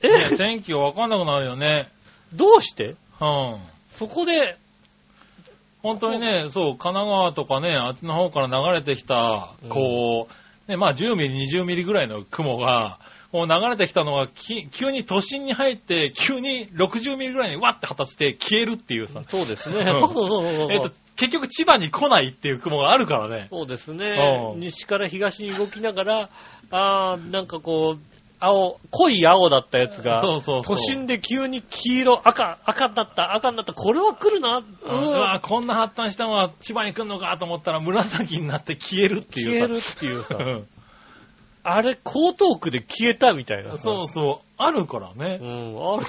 S2: え、
S3: ね天気がわかんなくなるよね。
S2: どうして
S3: うん。
S2: そこで、
S3: 本当にね、そう、神奈川とかね、あっちの方から流れてきた
S2: うん、
S3: こう、ね、まあ10ミリ、20ミリぐらいの雲が、こう流れてきたのがき、急に都心に入って、急に60ミリぐらいにわって発達して消えるっていうさ、
S2: そうですね、
S3: うん
S2: そうそうそうそう
S3: えっと、結局千葉に来ないっていう雲があるからね。
S2: そうですね、
S3: うん
S2: 西から東に動きながら、あーなんかこう、青、濃い青だったやつが、
S3: そうそうそ
S2: 都
S3: う
S2: 心で急に黄色、赤、赤になった、赤になった、これは来るな、
S3: うんうわこんな発端したのは千葉に来んのかと思ったら紫になって消えるって
S2: 消
S3: い
S2: え
S3: う
S2: る
S3: さ。
S2: っていうさ、
S3: る
S2: あれ、江東区で消えたみたいなさ。
S3: そうそう。あるからね
S2: う。ん、あれ、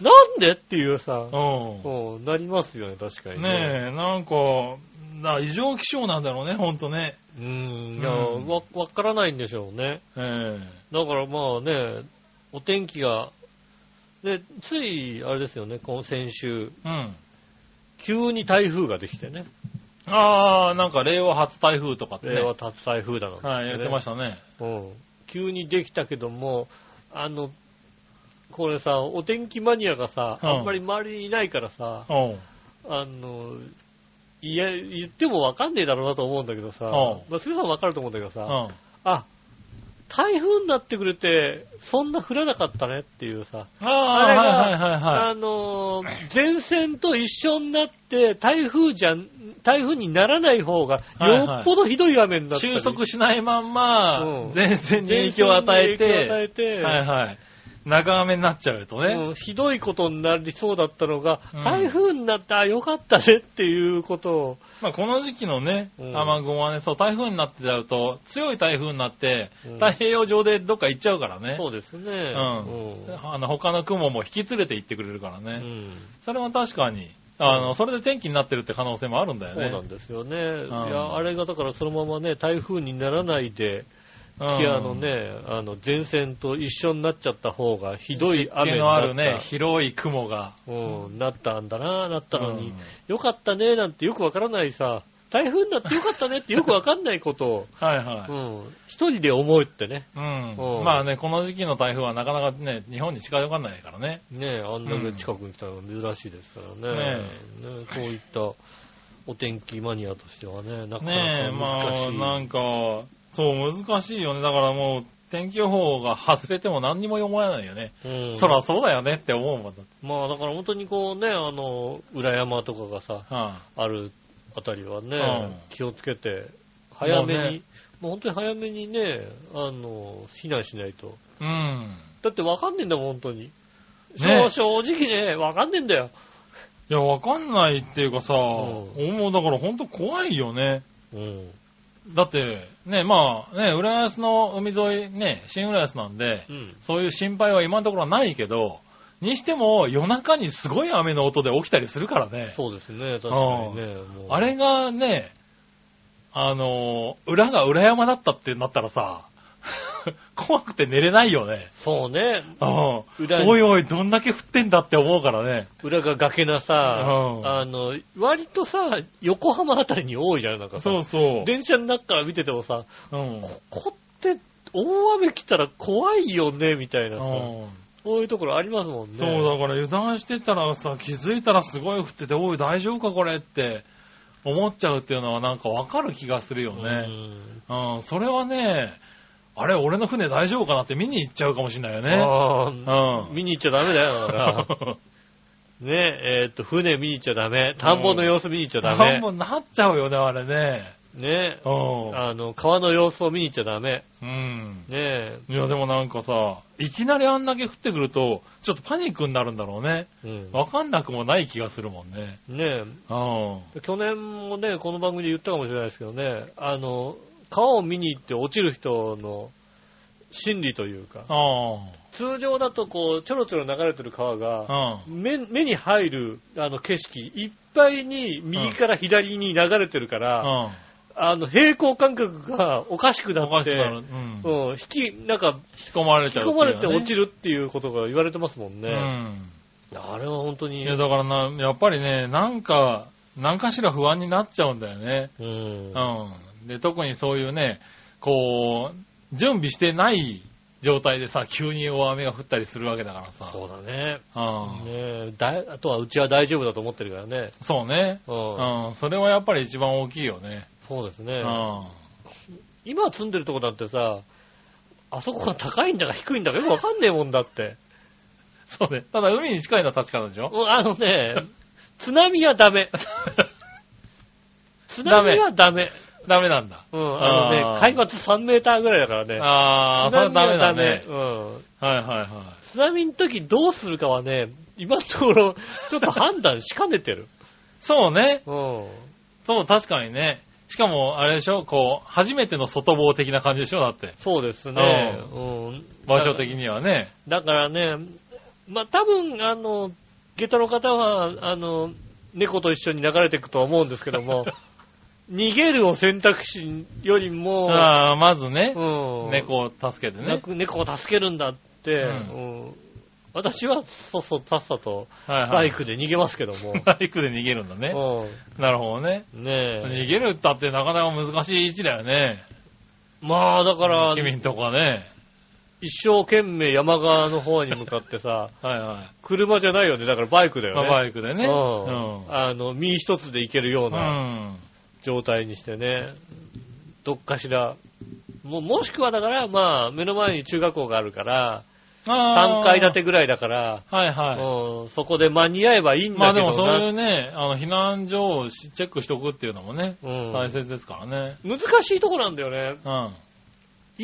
S2: なんでっていうさ、
S3: うん。
S2: うん、なりますよね、確かに
S3: ねえ、なんか、な異常気象なんだろうね、ほんとね。
S2: うん、いや、
S3: うん
S2: わ、わからないんでしょうね。
S3: え
S2: だからまあね、お天気が、で、つい、あれですよね、この先週、
S3: えうん。
S2: 急に台風ができてね。
S3: ああ、なんか令和初台風とかってね。
S2: 令和達台風だなんて、、
S3: はい、やってましたたね。
S2: うん。急にできたけども、あの、これさ、お天気マニアがさ、
S3: うん
S2: あんまり周りにいないからさ、
S3: うん。
S2: あの、いや、言ってもわかんねえだろうなと思うんだけどさ、
S3: ん
S2: まあ、杉浦さんわかると思うんだけどさ、
S3: うん。
S2: あ、台風になってくれて、そんな降らなかったねっていうさ、
S3: ああ、
S2: れが
S3: はいはいはいはい。
S2: あのー前線と一緒になって、台風じゃん、台風にならない方が、
S3: はいはい
S2: よっぽどひどい雨になったり、
S3: 収束しないまんま
S2: うん、
S3: 前線に影響を与
S2: 前
S3: え
S2: 線に影響を与
S3: て、
S2: えて
S3: はいはい。長雨になっちゃうとね。
S2: うんひどいことになりそうだったのが、
S3: うん
S2: 台風になって、あ、よかったねっていうことを、
S3: まあこの時期のね、
S2: うん
S3: 雨雲はね、そう、台風になってちゃうと、強い台風になって
S2: うん、
S3: 太平洋上でどっか行っちゃうからね。
S2: そうですね。
S3: うん
S2: うん
S3: あの、他の雲も引き連れて行ってくれるから
S2: う
S3: ね。
S2: ん
S3: それは確かに、あの、それで天気になってるって可能性もあるんだよ
S2: そう
S3: ね。
S2: なんですよね。いや、あれがだからそのままね、台風にならないで、
S3: うん
S2: きあの。ね、あの、前線と一緒になっちゃった方が、ひどい
S3: 湿
S2: 雨
S3: 気
S2: に
S3: の
S2: な
S3: あ
S2: った
S3: るね、広い雲が。
S2: うん、なったんだな、なったのに、
S3: うん
S2: よかったね、なんてよくわからないさ、台風になってよかったねってよくわかんないことを、
S3: はいう は
S2: ん、一人で思うってね、
S3: い。うん
S2: うん。
S3: まあね、この時期の台風はなかなかね、日本に近寄かないからね。
S2: ねえ、あんだけ近くに来たのは珍しいですからね、
S3: ね
S2: ねこういったお天気マニアとしてはね、なかなか
S3: ねえ、ま
S2: 難
S3: あ、
S2: しい。
S3: なんか、そう、難しいよね。だからもう、天気予報が外れても何にも思えないよね。
S2: うん
S3: そらそうだよねって思うもんだって。
S2: まあだから本当にこうね、あの、裏山とかがさ、
S3: うん
S2: あるあたりはね、
S3: うん
S2: 気をつけて、早めに、
S3: も
S2: も
S3: う
S2: う
S3: ね
S2: 本当に早めにね、あの、避難しないと。
S3: うん。
S2: だってわかんねえんだもん、本当に。
S3: ね
S2: 正直ね、わかんねえんだよ。
S3: いや、わかんないっていうかさ、もうだからほんと怖いよね。
S2: うん。
S3: だって、ね、まあ、ね、浦安の海沿い、ね、新浦安なんで、
S2: うん。
S3: そういう心配は今のところはないけど、にしても夜中にすごい雨の音で起きたりするからね。
S2: そうですね、確かにね。もう
S3: あれがね、あのー裏が裏山だったってなったらさ、 怖くて寝れないよね。
S2: そうね。
S3: うん。
S2: 裏
S3: おいおい、どんだけ降ってんだって思うからね。
S2: 裏が崖なさ、
S3: うん
S2: あの、割とさ、横浜あたりに多いじゃん、なんかさ。
S3: そうそう。
S2: 電車の中から見ててもさ、
S3: うん。
S2: ここって大雨来たら怖いよね、みたいなさ。
S3: うん
S2: そういうところありますもんね。
S3: そう、だから油断してたらさ、気づいたらすごい降ってて、おい、大丈夫かこれって思っちゃうっていうのはなんかわかる気がするよね。うん、それはね、あれ、俺の船大丈夫かなって見に行っちゃうかもしれないよ
S2: うん
S3: ね。
S2: あ
S3: う
S2: ー
S3: ん。
S2: 見に行っちゃダメだよ、だから。ねえ、えーっと、船見に行っちゃダメ。田んぼの様子見に行っちゃダメ。
S3: もうなっちゃうよね、あれね。
S2: ねえ、
S3: う
S2: あの、川の様子を見に行っちゃダメ。
S3: ん。うん。
S2: ねえ、
S3: いや、でもなんかさ、いきなりあんだけ降ってくると、ちょっとパニックになるんだろうね。
S2: うん。
S3: わかんなくもない気がするもんね。
S2: ね
S3: うん。
S2: え、去年もね、この番組で言ったかもしれないですけどね、あの、川を見に行って落ちる人の心理というか、
S3: あ
S2: 通常だとこう、ちょろちょろ流れてる川が、
S3: あ。うん。
S2: 目目に入るあの景色いっぱいに右から左に流れてるから、
S3: うん。
S2: あの平行感覚がおかしくな
S3: おか
S2: っ
S3: しく
S2: て、
S3: なる。うん。
S2: うん、引き、なんか、
S3: 引き込まれち
S2: 引
S3: ゃ
S2: き
S3: う
S2: 込まれて落
S3: る
S2: ちるっていうことが言われてますもん
S3: う
S2: ね。
S3: ん。
S2: あれは本当
S3: い
S2: に、
S3: や、だからな、やっぱりね、なんか、何かしら不安になっちゃうんだよね。
S2: うん。
S3: うん。で、特にそういうね、こう、準備してない状態でさ、急に大雨が降ったりするわけだからさ。
S2: そうだね。
S3: うん
S2: ねえだいあとはうちは大丈夫だと思ってるからね。
S3: そうね。
S2: うん。
S3: うん。それはやっぱり一番大きいよね。
S2: そうです
S3: う
S2: ね。
S3: ん。
S2: 今住んでるとこだってさ、あそこが高いんだか低いんだかよくわかんねえもんだって。
S3: そうね。ただ海に近いのは確かなんで しょ
S2: うんあの ね、津波はダメ。津波はダメ。
S3: ダメなんだ。
S2: うん、あの
S3: あ
S2: ね、
S3: ー
S2: 海抜3メーターぐらいだからね。
S3: ああ、それはダメだね
S2: 津。波はダメうん。
S3: はいはいは
S2: 津波の時どうするかはね、今のところ、ちょっと判断しかねてる。
S3: い。そうね。
S2: うん。
S3: そう、確かにね。しかも、あれでしょこう、初めての外棒的な感じでしょだって。
S2: そうですね。うん。
S3: 場所的にはね。
S2: だからね、まあ、多分、あの、下駄の方は、あの、猫と一緒に流れていくとは思うんですけど も、逃げるを選択肢よりも、
S3: ああ、まずね、
S2: うん、
S3: 猫を助けて
S2: な
S3: ね。
S2: く猫を助けるんだって、
S3: うん
S2: うん私は、そっそとさっさと
S3: はいは
S2: バ
S3: い
S2: イ。クで逃げますけども、
S3: バイクで逃げるんだ ね。なるほどね。
S2: うんね
S3: 逃
S2: え。
S3: げるったってなかなか難しい位置だよね。
S2: まあ、だから、
S3: 君んとこはね。
S2: 一生懸命山側の方に向かってさ、
S3: はいはい。
S2: 車じゃないよね、だからバイクだよ
S3: ま
S2: ね。
S3: あバイクでね。
S2: う
S3: うんん。
S2: あの、身一つで行けるよう
S3: う。
S2: なん状態にしてね、どっかしら、もうもしくはだから、まあ、目の前に中学校があるから、
S3: あ
S2: 3
S3: ー
S2: 階建てぐらいだから、
S3: はいは
S2: うんそこで間に合えばいいん
S3: い。ま
S2: だ
S3: あ
S2: け
S3: で
S2: ど
S3: も
S2: な、
S3: そういうね、あの、避難所をしチェックしておくっていうのもね、
S2: うん
S3: 大切ですからね。
S2: 難しいとこなんだよね。
S3: うん。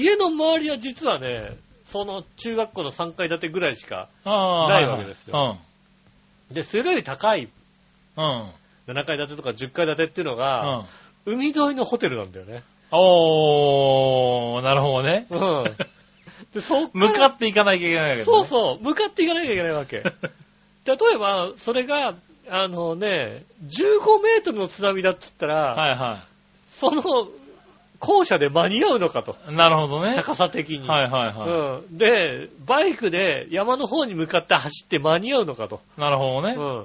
S2: 家の周りは実はね、その中学校の3階建てぐらいしか、
S3: ああ。
S2: ないわけですよ
S3: はいはい
S2: で、それより高い
S3: うん。うん。
S2: 7階建てとか10階建てっていうのが、
S3: うん。
S2: 海沿いのホテルなんだよね。
S3: おー、なるほどね。
S2: うん。で、そっ
S3: 向
S2: ら
S3: かっていかなきゃいけないわけど
S2: そ
S3: ね
S2: うそう、向かっていかなきゃいけないわ け。例えば、それが、あのね、15メートルの津波だっつったら、
S3: はいは
S2: その、校舎で間に合うのかと。
S3: い。なるほどね。
S2: 高さ的に。
S3: はいはいは
S2: うん、で、バイクで山の方に向かって走って間に合うのかと。
S3: い。なるほどね。
S2: うん、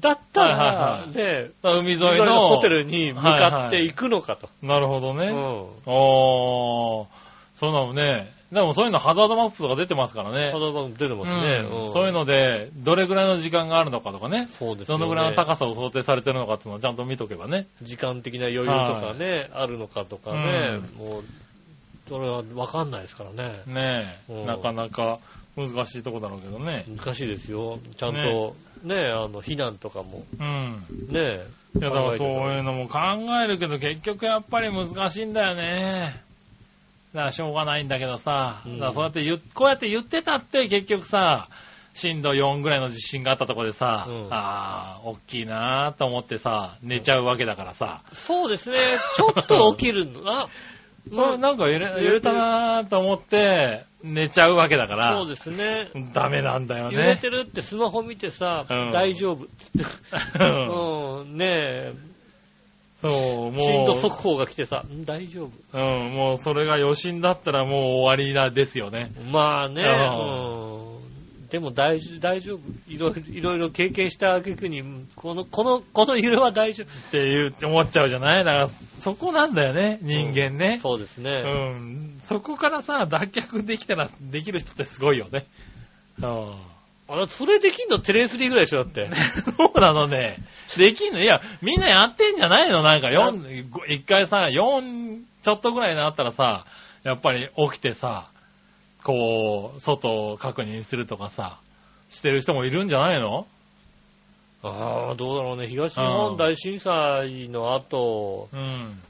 S2: だったら、
S3: はいはいはい
S2: で、
S3: 海沿い
S2: それ
S3: の
S2: のホテルに向かっていくのかと。
S3: なるほどね。
S2: うん
S3: おー、そうなのね。でもそういうのハザードマップとか出てますからね
S2: ハ。ザードマップ出てますね。
S3: うん
S2: ん
S3: そういうので、どれぐらいの時間があるのかとかね。
S2: そうですよね
S3: どのぐらいの高さを想定されてるのかっていうのをちゃんと見とけばね。
S2: 時間的な余裕とかね、あるのかとかね、もう、それはわかんないですからね。
S3: ね
S2: う
S3: え。
S2: ん
S3: なかなか難しいとこだろうけどね。
S2: 難しいですよ。ちゃんと、ね、あの、避難とかも、
S3: うん。
S2: ね。
S3: いや、だからそう
S2: 考えて
S3: いうのも考えるけど、結局やっぱり難しいんだよね。だからしょうがないんだけどさ、
S2: うん
S3: だからそうやって言っこうやって言ってたって結局さ、震度4ぐらいの地震があったとこでさ、
S2: うん
S3: ああ、大きいなーと思ってさ、寝ちゃうわけだからさ、
S2: そうですね、ちょっと起きる のが、
S3: そう
S2: ま
S3: なんか揺れ揺れたなーと思って寝ちゃうわけだか
S2: あ
S3: ら、
S2: そうですね。
S3: ダメなんだよ
S2: 揺れ
S3: ね。
S2: てるってスマホ見てさ、
S3: うん
S2: 大丈夫っつって、
S3: うん
S2: うん、ねえ、
S3: そう、
S2: 震
S3: も
S2: 度速報が来てさ、ん大丈夫。
S3: う、うん、もうそれが余震だったらもう終わりなですよね。
S2: まあね、
S3: うん
S2: うんでも大丈夫大丈夫。いろいろいろいろ経験した挙句に、この、この、この揺れは大丈夫。
S3: っていう、思っちゃうじゃないだから、そこなんだよね、人間ね。
S2: そうです
S3: う
S2: ね。
S3: ん。そこからさ、脱却できたら、できる人ってすごいよね。うん。
S2: あそれできんのテレスリーぐらいでしょ、だって。
S3: そうなのね。できんのいや、みんなやってんじゃないのなんか
S2: や
S3: 4、ご一回さ、4、ちょっとぐらいになったらさ、やっぱり起きてさ、こう、外を確認するとかさ、してる人もいるんじゃないの
S2: ああ、どうだろうね。東日本大震災の後、
S3: うん。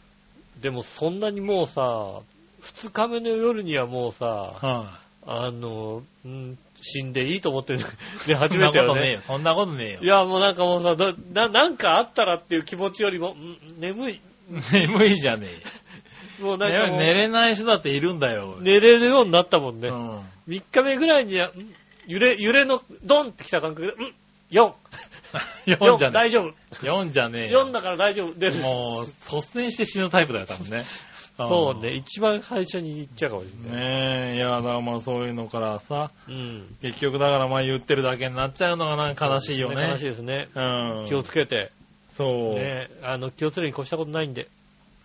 S2: でもそんなにもうさ、二日目の夜にはもうさ、
S3: は
S2: あの、うん、死んでいいと思 って、ね、
S3: い。そ
S2: 初
S3: んな
S2: め
S3: こ
S2: てよ
S3: とねえ
S2: ね。
S3: よ。そんなことねえよ
S2: い。や、もうなんかもうさ、な、ななんかあったらっていう気持ちよりも、うん眠い。
S3: 眠いじゃねえよ。
S2: もうなんかもう
S3: 寝れない人だっているんだよ。
S2: 寝れるようになったもんね。
S3: うん
S2: 3日目ぐらいには、ん揺れ、揺れの、ドンってきた感覚で、うん、4、
S3: 4
S2: 4
S3: じゃね
S2: 大丈夫。
S3: え。4じゃねえよ。
S2: 4だから大丈夫。で、
S3: もう、率先して死ぬタイプだよ、多分ね。
S2: そうね、一番最初に言っちゃうかもし
S3: うん。
S2: れない。
S3: ねえ、いや、だからまあそういうのからさ、
S2: うん。
S3: 結局だからまあ言ってるだけになっちゃうのがなんか悲しいよね。
S2: 悲しいですね。
S3: うん。
S2: 気をつけて、
S3: そう。ね
S2: ね、あの、気をつけるに越したことないんで、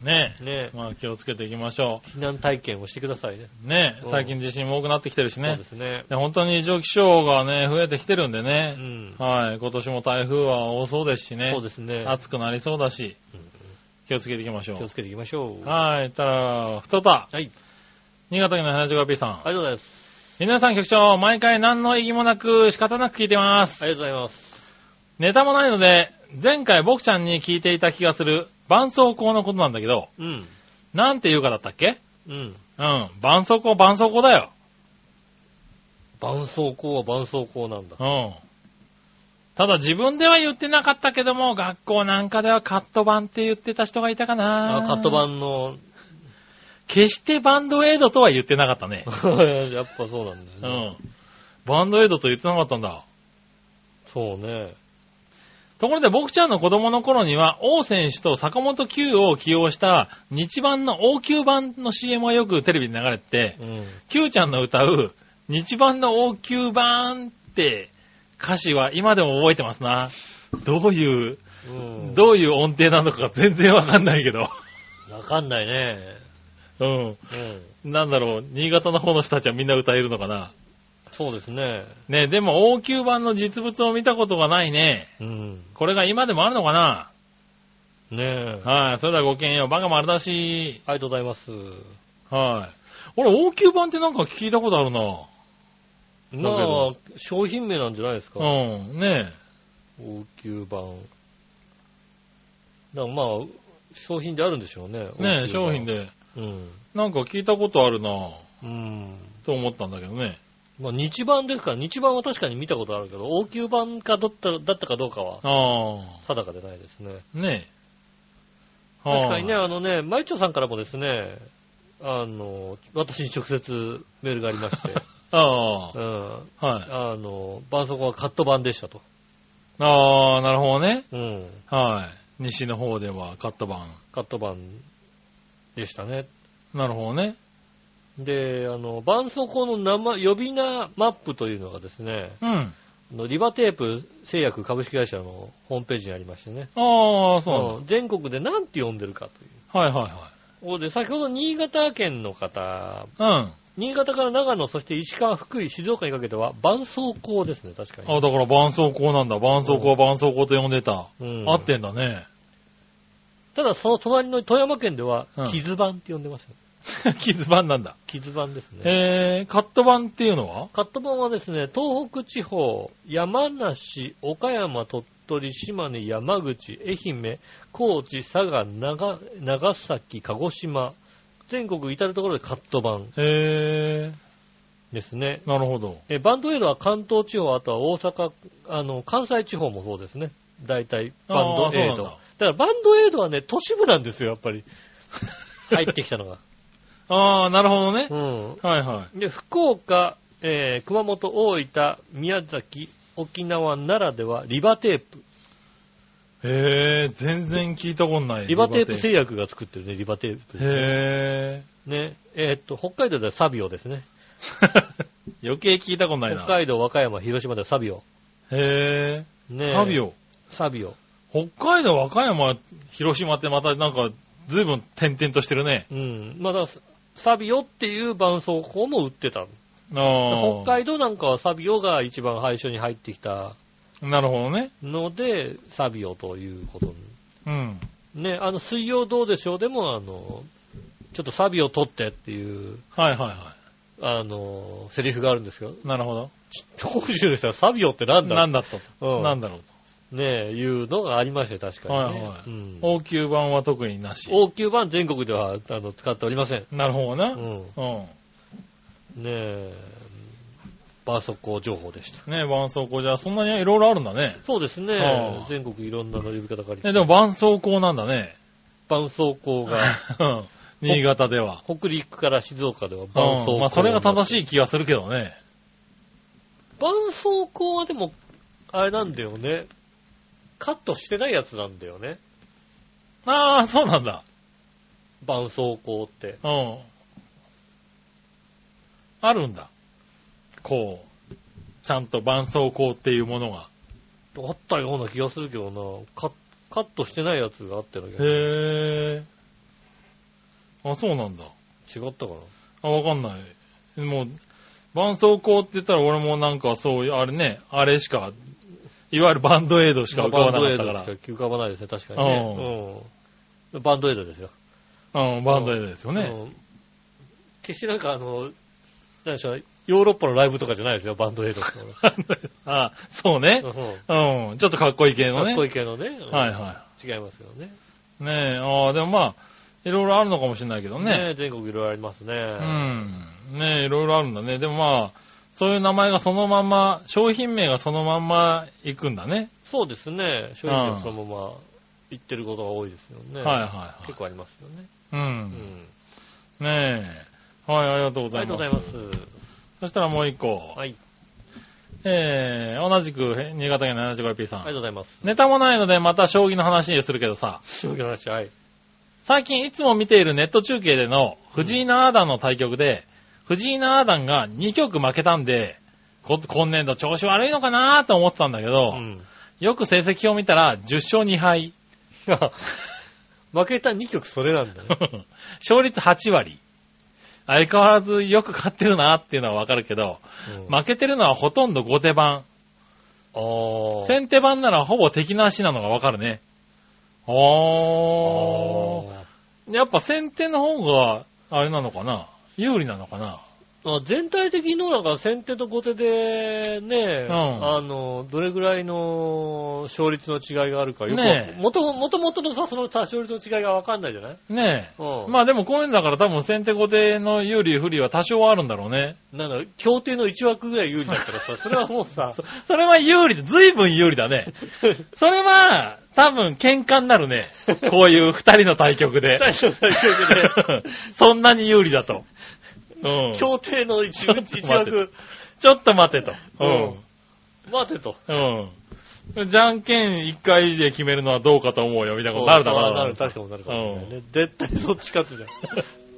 S3: え
S2: ね、
S3: まあ気をつけていきましょ
S2: 避難体験をしてくださいね。
S3: う。ねえ
S2: うん
S3: 最近地震も多くなってきてるし
S2: そう
S3: ね
S2: で。すね。
S3: で本当に異常気象がね、増えてきてるんで
S2: う
S3: ね。
S2: ん。
S3: はい。今年も台風は多そうですしね。
S2: そうですね。
S3: 暑くなりそうだし
S2: うん、
S3: 気をつけていきましょう
S2: 気を。つけていきましょう。
S3: はい、たら、ふとた。
S2: はい。
S3: 新潟県の花女ピーさん。
S2: ありがとうございます。
S3: 皆さん局長、毎回何の意義もなく仕方なく聞いてま
S2: あ
S3: す。
S2: りがとうございます。
S3: ネタもないので、前回僕ちゃんに聞いていた気がする、絆創膏のことなんだけど、
S2: うん。
S3: なんて言うかだったっけ
S2: うん。
S3: うん。絆創膏、絆創膏だよ。
S2: 絆創膏は絆創膏なんだ。
S3: うん。ただ自分では言ってなかったけども、学校なんかではカット版って言ってた人がいたかな
S2: あカット。版の、
S3: 決してバンドエイドとは言ってなかったね。
S2: やっぱそうなん
S3: う
S2: だよね。
S3: ん。バンドエイドと言ってなかったんだ。
S2: そうね。
S3: ところで僕ちゃんの子供の頃には、王選手と坂本九を起用した日版の王九版の CM はよくテレビで流れてて、
S2: うん。
S3: 九ちゃんの歌う日版の王九版って歌詞は今でも覚えてますな。どういう
S2: うん。
S3: どういう音程なのか全然わかんないけど。
S2: わかんないね。
S3: うん。
S2: うん。
S3: なんだろう、新潟の方の人たちはみんな歌えるのかな。
S2: そうですね。
S3: ねでも、王宮版の実物を見たことがないね。
S2: うん。
S3: これが今でもあるのかな
S2: ねえ。
S3: はい、それではごきげんよう。バカ丸だし。
S2: ありがとうございます。
S3: はい。俺、王宮版ってなんか聞いたことあるな。
S2: まあ、商品名なんじゃないですか。
S3: うん、ね
S2: 応急版。だからまあ、商品であるんでしょうね。
S3: え。ね
S2: 応
S3: え、
S2: 急版
S3: 商品。で。
S2: うん。
S3: なんか聞いたことあるな
S2: うん。
S3: と思ったんだけどね。
S2: まあ、日版ですから、日版は確かに見たことあるけど、応急版かだっただったかどうかは
S3: あ
S2: 定かでないですね。
S3: あ、ねえ。はい
S2: 確かにね、あのね、マイチョさんからもですね、あの、私に直接メールがありま して、
S3: あ
S2: うん。
S3: あ、はい。
S2: あの、伴奏はカット版でしたと。
S3: ああ、なるほどね。
S2: うん。
S3: はい。西の方ではカット版。
S2: カット版でしたね。
S3: なるほどね。
S2: で、あの、絆創膏の名前、呼び名マップというのがですね、
S3: うん。
S2: あのリバテープ製薬株式会社のホームページにありましてね、
S3: ああ、そうなんだ
S2: あの全国で何て呼んでるかという。
S3: はいは
S2: ここで、先ほど新潟県の方、
S3: いはい。
S2: 新潟から長野、そして石川、福井、静岡にかけては、絆創膏ですね、確か
S3: うん。
S2: に。
S3: あだから絆創膏なんだ。絆創膏は絆創膏と呼んでた。
S2: うん
S3: 合ってんだね。
S2: ただ、その隣の富山県では
S3: うん、
S2: 傷版って呼んでますよ。
S3: 傷版なんだ。
S2: 傷版ですね。
S3: えー、カット版っていうのは
S2: カット版はですね、東北地方、山梨、岡山、鳥取、島根、山口、愛媛、高知、佐賀、長長崎、鹿児島、全国至るところでカット版
S3: え
S2: ですね。
S3: ー、なるほど。
S2: えバンドエイドは関東地方、あとは大阪、あの、関西地方もそうですね。大体、バンドエ
S3: あー
S2: イ
S3: そう
S2: ド。
S3: なん
S2: だ
S3: だ
S2: からバンドエイドはね、都市部なんですよ、やっぱ り。入ってきたのが。
S3: ああ、なるほどね。
S2: うん。
S3: はいは
S2: で、福岡、えー熊本、大分、宮崎、沖縄、奈良ではリバテープ。
S3: い。へえー、全然聞いたことない。
S2: リバテープ製薬が作ってるね、リバテープ。
S3: へえ
S2: ね。えーっと、北海道ではサビオですね。
S3: ー。 余計聞いたことない
S2: 北
S3: な。
S2: 海道、和歌山、広島ではサビオ。
S3: へえ
S2: ね
S3: ー、サビオ。
S2: サビオ。
S3: 北海道、和歌山、広島ってまたなんか、随分点々としてるね。
S2: うん。まだ、サビオっていう絆創膏も売ってた。
S3: あ
S2: 北
S3: あ。
S2: 海道なんかはサビオが一番最初に入ってきた
S3: なるほどね。
S2: ので、サビオということに。
S3: うん。
S2: ね、あの、水曜どうでしょうでも、あの、ちょっとサビを取ってっていう、
S3: はいはいは
S2: あの、セリフがあるんですけど、
S3: い。なるほど。
S2: 当時でしたらサビオってなんだ
S3: なんだと。
S2: うん
S3: なんだろう
S2: ねえ、いうのがありましたよ、確かに、ね。
S3: はいはい
S2: うん
S3: と。応急版は特になし。
S2: 応急版全国ではあの使っておりません。
S3: なるほど
S2: う
S3: な。
S2: ん
S3: うん。。ね
S2: ねえ、バーソコ情報でした。
S3: 絆創膏じゃあ、そんなにいろいろあるんだね。
S2: そうです
S3: は
S2: ね
S3: あ。
S2: 全国いろんな呼び方があり
S3: え、でも絆創膏なん だね。
S2: 絆創膏 が、
S3: うん新潟では。
S2: 北陸から静岡では絆創
S3: う
S2: 膏。
S3: ん。まあ、それが正
S2: い。
S3: しい気がするけどね。
S2: 絆創膏はでも、あれなんだよね。カットしてないやつなんだよね。
S3: ああ、そうなんだ。
S2: 絆創膏って。
S3: うん。あるんだ。こう、ちゃんと絆創膏っていうものが。
S2: あったような気がするけどな。カカットしてないやつがあったような気が
S3: へえ。あ、そうなんだ。
S2: する違ったかな。
S3: あ、わかんない。もう、絆創膏って言ったら俺もなんかそういう、あれね、あれしか、いわゆるバンドエイドしか浮かばなかっ
S2: バ
S3: た
S2: ンドエイドし
S3: か
S2: か浮かばないですね、確かにね。うん。バンドエイドですよ。
S3: ら。うん、バンドエイドですよね。
S2: うん。決してなんかあの、何でしょう、ヨーロッパのライブとかじゃないですよ、バンドエイドって のは
S3: あそうね
S2: う。ん
S3: うん。ちょっとかっこいい系の
S2: か
S3: ね。
S2: っこいい系のね。うん
S3: はいは
S2: 違いますけどね。
S3: い。ねえ、ああ、でもまあ、いろいろあるのかもしれないけど
S2: ね
S3: ね。
S2: 全国いろいろありますね。
S3: うん。ねえ、いろいろあるんだね。でもまあ、そういう名前がそのまんま、商品名がそのまんま行くんだね。
S2: そうですね。正直そのまま行ってることが多いですよね。
S3: はいはい
S2: 結構ありますよね。
S3: はい。う。
S2: うんん。
S3: ねえ。はい、ありがとうご
S2: あ
S3: ざ
S2: りが
S3: い
S2: とう
S3: ま
S2: ご
S3: す。
S2: ざいます。
S3: そしたらもう一個。
S2: はい。
S3: えー、同じく、へ新潟県 75IP さ。
S2: ありがとうんございます。
S3: ネタもないので、また将棋の話するけどさ、
S2: 将棋の話、はい。
S3: 最近いつも見ているネット中継での藤井七段の対局で、藤井七段が2局負けたんで、こ今年度調子悪いのかなと思ってたんだけ
S2: う
S3: ど、
S2: ん。
S3: よく成績を見たら10勝2敗、
S2: 負けた2局それなんだ ね。
S3: 勝率8割。相変わらずよく勝ってるなっていうのはわかるけど、
S2: うん
S3: 負けてるのはほとんど後手番。
S2: あー
S3: 先手番ならほぼ敵なしなのがわかるね。おー。
S2: あ
S3: やっぱ先手の方が、あれなのかな有利なのかな
S2: ー。あ全体的のなんか先手と後手でね、
S3: ん
S2: あの、どれぐらいの勝率の違いがあるかよくわ、
S3: ねえ
S2: もともともとのさ、そのさ勝率の違いがわかんないじゃない
S3: ねえ。
S2: うん。
S3: まあでもこういうのだから多分先手後手の有利不利は多少はあるんだろうね。
S2: なんだろう、協定の1枠ぐらい有利だったら さ、それはもうさ、
S3: それは有利だ。随分有利だ ね。それは、多分喧嘩になる ね。こういう二人の対局で。
S2: 大将の対局で、
S3: そんなに有利だと。うん。ち
S2: 協
S3: ょ
S2: 定の1枠、
S3: ちょっと待って
S2: 一枠
S3: っと待てと。うん。
S2: 待てと。
S3: うん。じゃんけん一回で決めるのはどうかと思うよ、みたいなことになるだろう
S2: なる、確かになるかもしれないね
S3: う
S2: 絶対そっち勝つじゃん。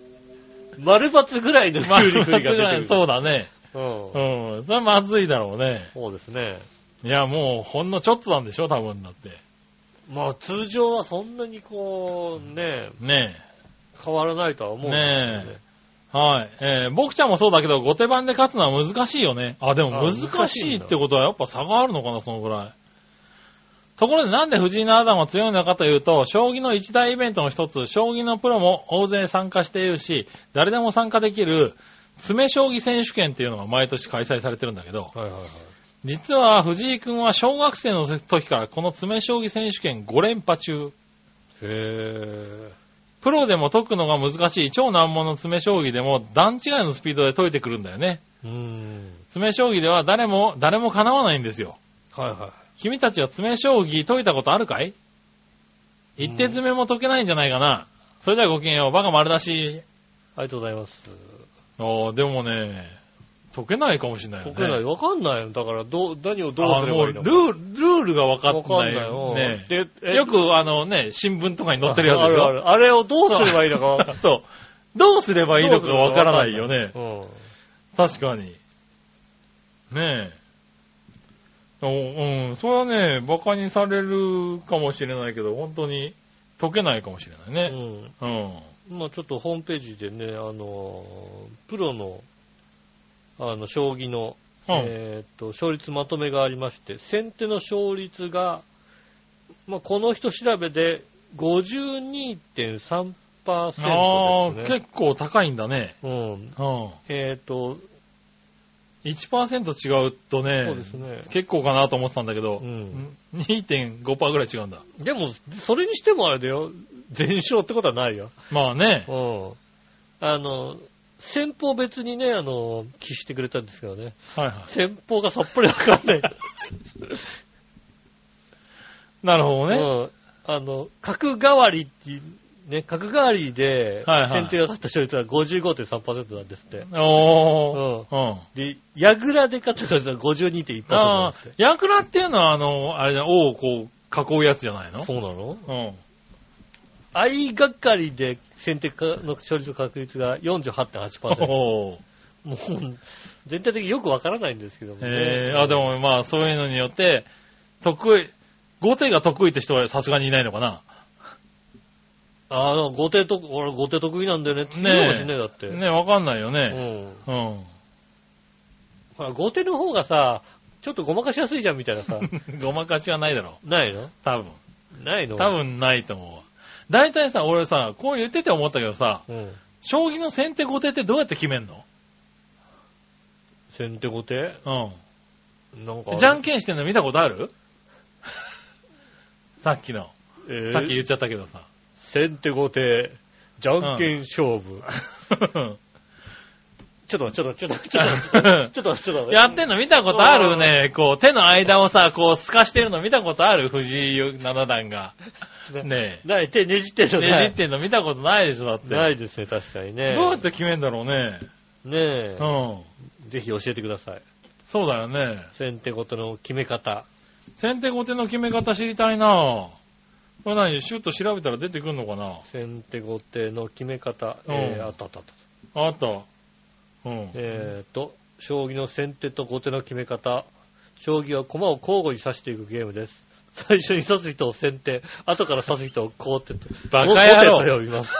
S2: 丸抜ぐらいの
S3: まあ
S2: 有利不利が出てくる。
S3: そうだね。
S2: うん
S3: うん。それはまずいだろうね。
S2: そうですね。
S3: いや、もう、ほんのちょっとなんでしょ、多分だって。
S2: まあ通常はそんなにこう、ね、
S3: ね
S2: 変わらないとは思うんですけど
S3: ねえ。はい。えー、僕ちゃんもそうだけど、後手番で勝つのは難しいよね。あ、でも
S2: あ
S3: 難
S2: 難
S3: し
S2: し
S3: い
S2: い
S3: っ
S2: んだ
S3: てことはやっぱ差があるのかな、そのぐらい。ところでなんで藤井七段は強いのかというと、将棋の一大イベントの一つ、将棋のプロも大勢参加しているし、誰でも参加できる、詰将棋選手権っていうのが毎年開催されてるんだけど、
S2: はいはいはい。
S3: 実は藤井くんは小学生の時からこの詰将棋選手権5連覇中。
S2: へ
S3: プロでも解くのが難しい超難問の詰将棋でも段違いのスピードで解いてくるんだよね。
S2: ぇー。うーん。
S3: 詰将棋では誰も、誰も叶わないんですよ。
S2: はいは
S3: 君たちは詰将棋解いたことあるかい一手詰めも解けないんじゃないかな。それではごきげんよう、バカ丸出し。
S2: い。ありがとうございます。
S3: あーでもね、解けないかもしれないよね。
S2: 僕らわかんないよ。だから、どう、何をどうすればいいの
S3: あー
S2: か。
S3: もうルール、ルールが分か
S2: わ
S3: って
S2: か
S3: なんい
S2: ないよ
S3: よ。。ね
S2: で、え
S3: よくあのね、新聞とかに載ってるやつ
S2: あ
S3: でし
S2: るあ
S3: ょ。
S2: る。あれをどうすればいいのか わかんない。
S3: そう。どうすればいいのかわからないよね。
S2: うん。
S3: 確かに。ねえ。おうん、それはね、馬鹿にされるかもしれないけど、本当に解けないかもしれないうね。
S2: ん。
S3: うん。
S2: まあちょっとホームページでね、あのー、プロの、あの、将棋の、
S3: うん。
S2: えーっと、勝率まとめがありまして、先手の勝率が、まあこの人調べで
S3: ああ、
S2: 52.3%ですね。
S3: 結構高いんだね。
S2: うん。
S3: うん。
S2: えーっと、
S3: 1%違うとね、
S2: そうですね。
S3: 結構かなと思ってたんだけど
S2: う、ん。
S3: 2.5%ぐらい違うんだ。
S2: でも、それにしてもあれだよ。全勝ってことはないよ。
S3: まあね。
S2: うん。あの、先方別にね、あの、寄してくれたんですけどね。
S3: はいは
S2: 先方がさっぱりわかんない。
S3: い。なるほどね。
S2: うん。あの、角代わりって、ね、角代わりで、
S3: はいはい
S2: 先手が勝った勝率は55.3%なんですって。
S3: おー。
S2: うん。
S3: うん。
S2: で、矢倉で勝った勝率は52.1%な
S3: あ
S2: ん
S3: あ
S2: ですっ、
S3: ヤクラっていうのは、あの、あれだ、王をこう、囲うやつじゃない
S2: て。
S3: の
S2: そうなの
S3: うん。
S2: 相がかりで先手かの勝率の確率が48.8%。
S3: おー
S2: もう、全体的によくわからないんですけどもね。
S3: えー、あ、でもまあ、そういうのによって、得意、後手が得意って人はさすがにいないのかな。
S2: あの、後手と、俺後手得意なんだよねって言うかもしんないだって。
S3: ね、わかんないよ
S2: う
S3: ね。
S2: ん。
S3: うん。
S2: ほら、後手の方がさ、ちょっとごまかしやすいじゃんみたいな さ。
S3: ごまかしはないだろ
S2: ないの
S3: う。多分。
S2: ないの
S3: 多。分ないと思うわ。大体さ、俺さ、こう言ってて思ったけどさ、
S2: うん。
S3: 将棋の先手後手ってどうやって決めんの
S2: 先手後手
S3: う
S2: なんかあ
S3: ん。
S2: る。
S3: じゃんけんしてんの見たことある さっきの。
S2: えー
S3: さっき言っちゃったけど さ。
S2: 先手後手、じゃんけん勝負。ちょっと待って、ちょっと待って、ちょっと待って、 ちょっと待って、ちょっと待って。
S3: やってんの見たことあるね。こう、手の間をさ、こう、透かしてるの見たことある藤井七段が。ね
S2: ない、手ねじってん
S3: え。
S2: の
S3: ねじってんの見たことないでしょ、だって。
S2: ないですね、確かにね。
S3: どうやって決めんだろうね。
S2: ねえ、
S3: うん。
S2: ぜひ教えてください。
S3: そうだよね。
S2: 先手後手の決め方。
S3: 先手後手の決め方知りたいなこれ何シュッと調べたら出てくんのかな
S2: 先手後手の決め方。
S3: うん
S2: えー、あったあったあった。
S3: あった。うん。
S2: えーと、将棋の先手と後手の決め方。将棋は駒を交互に指していくゲームです。最初に指す人を先手、後から指す人を後手と。
S3: バカ野郎
S2: 後手と呼びます。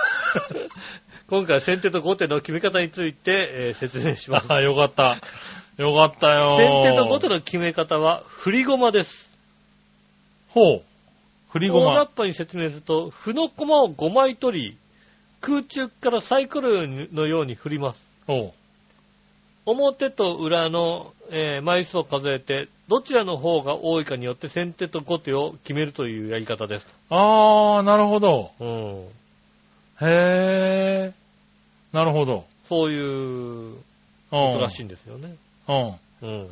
S2: 今回は先手と後手の決め方について、えー説明します。
S3: あ、よかった。よかったよ。
S2: 先手と後手の決め方は、振り駒です。
S3: ほう。振りご
S2: 大雑
S3: ま。
S2: 把に説明すると、歩の駒を5枚取り、空中からサイクルのように振ります。
S3: ほ
S2: 表と裏の、えー枚数を数えて、どちらの方が多いかによって先手と後手を決めるというやり方です。
S3: う。あー、なるほど。
S2: うん。
S3: へー。なるほど。
S2: そういう
S3: う
S2: こと
S3: ん。
S2: らしいんですよね。
S3: うん。
S2: うん。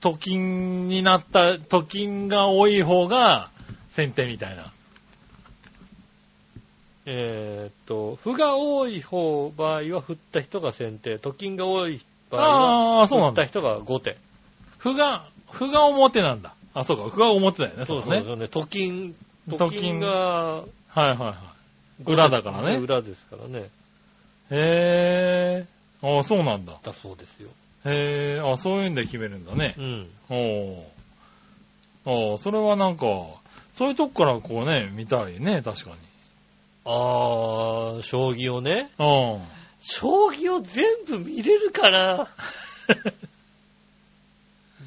S3: と金になった、と金が多い方が先手みたいな。
S2: えーっと、歩が多い方場合は振った人が先手、と金が多い場合は、
S3: あー、そう
S2: 振
S3: な
S2: っ
S3: ん
S2: た
S3: だ。
S2: 人が後手。
S3: 歩が、歩が表なんだ。あ、そうか。歩が表だよね。そうだ
S2: で
S3: ね
S2: す。よね。と金、
S3: と金
S2: と金が
S3: はいはいはい。裏だからね
S2: 裏ですからね。
S3: へぇー。あそうなんだ。
S2: だそうですよ。
S3: へぇー。あそういうんで決めるんだね
S2: う。ん。
S3: おー。あそれはなんか、そういうとこからこうね、見たいね、確かに。
S2: あー、将棋をね。
S3: うん。
S2: 将棋を全部見れるか な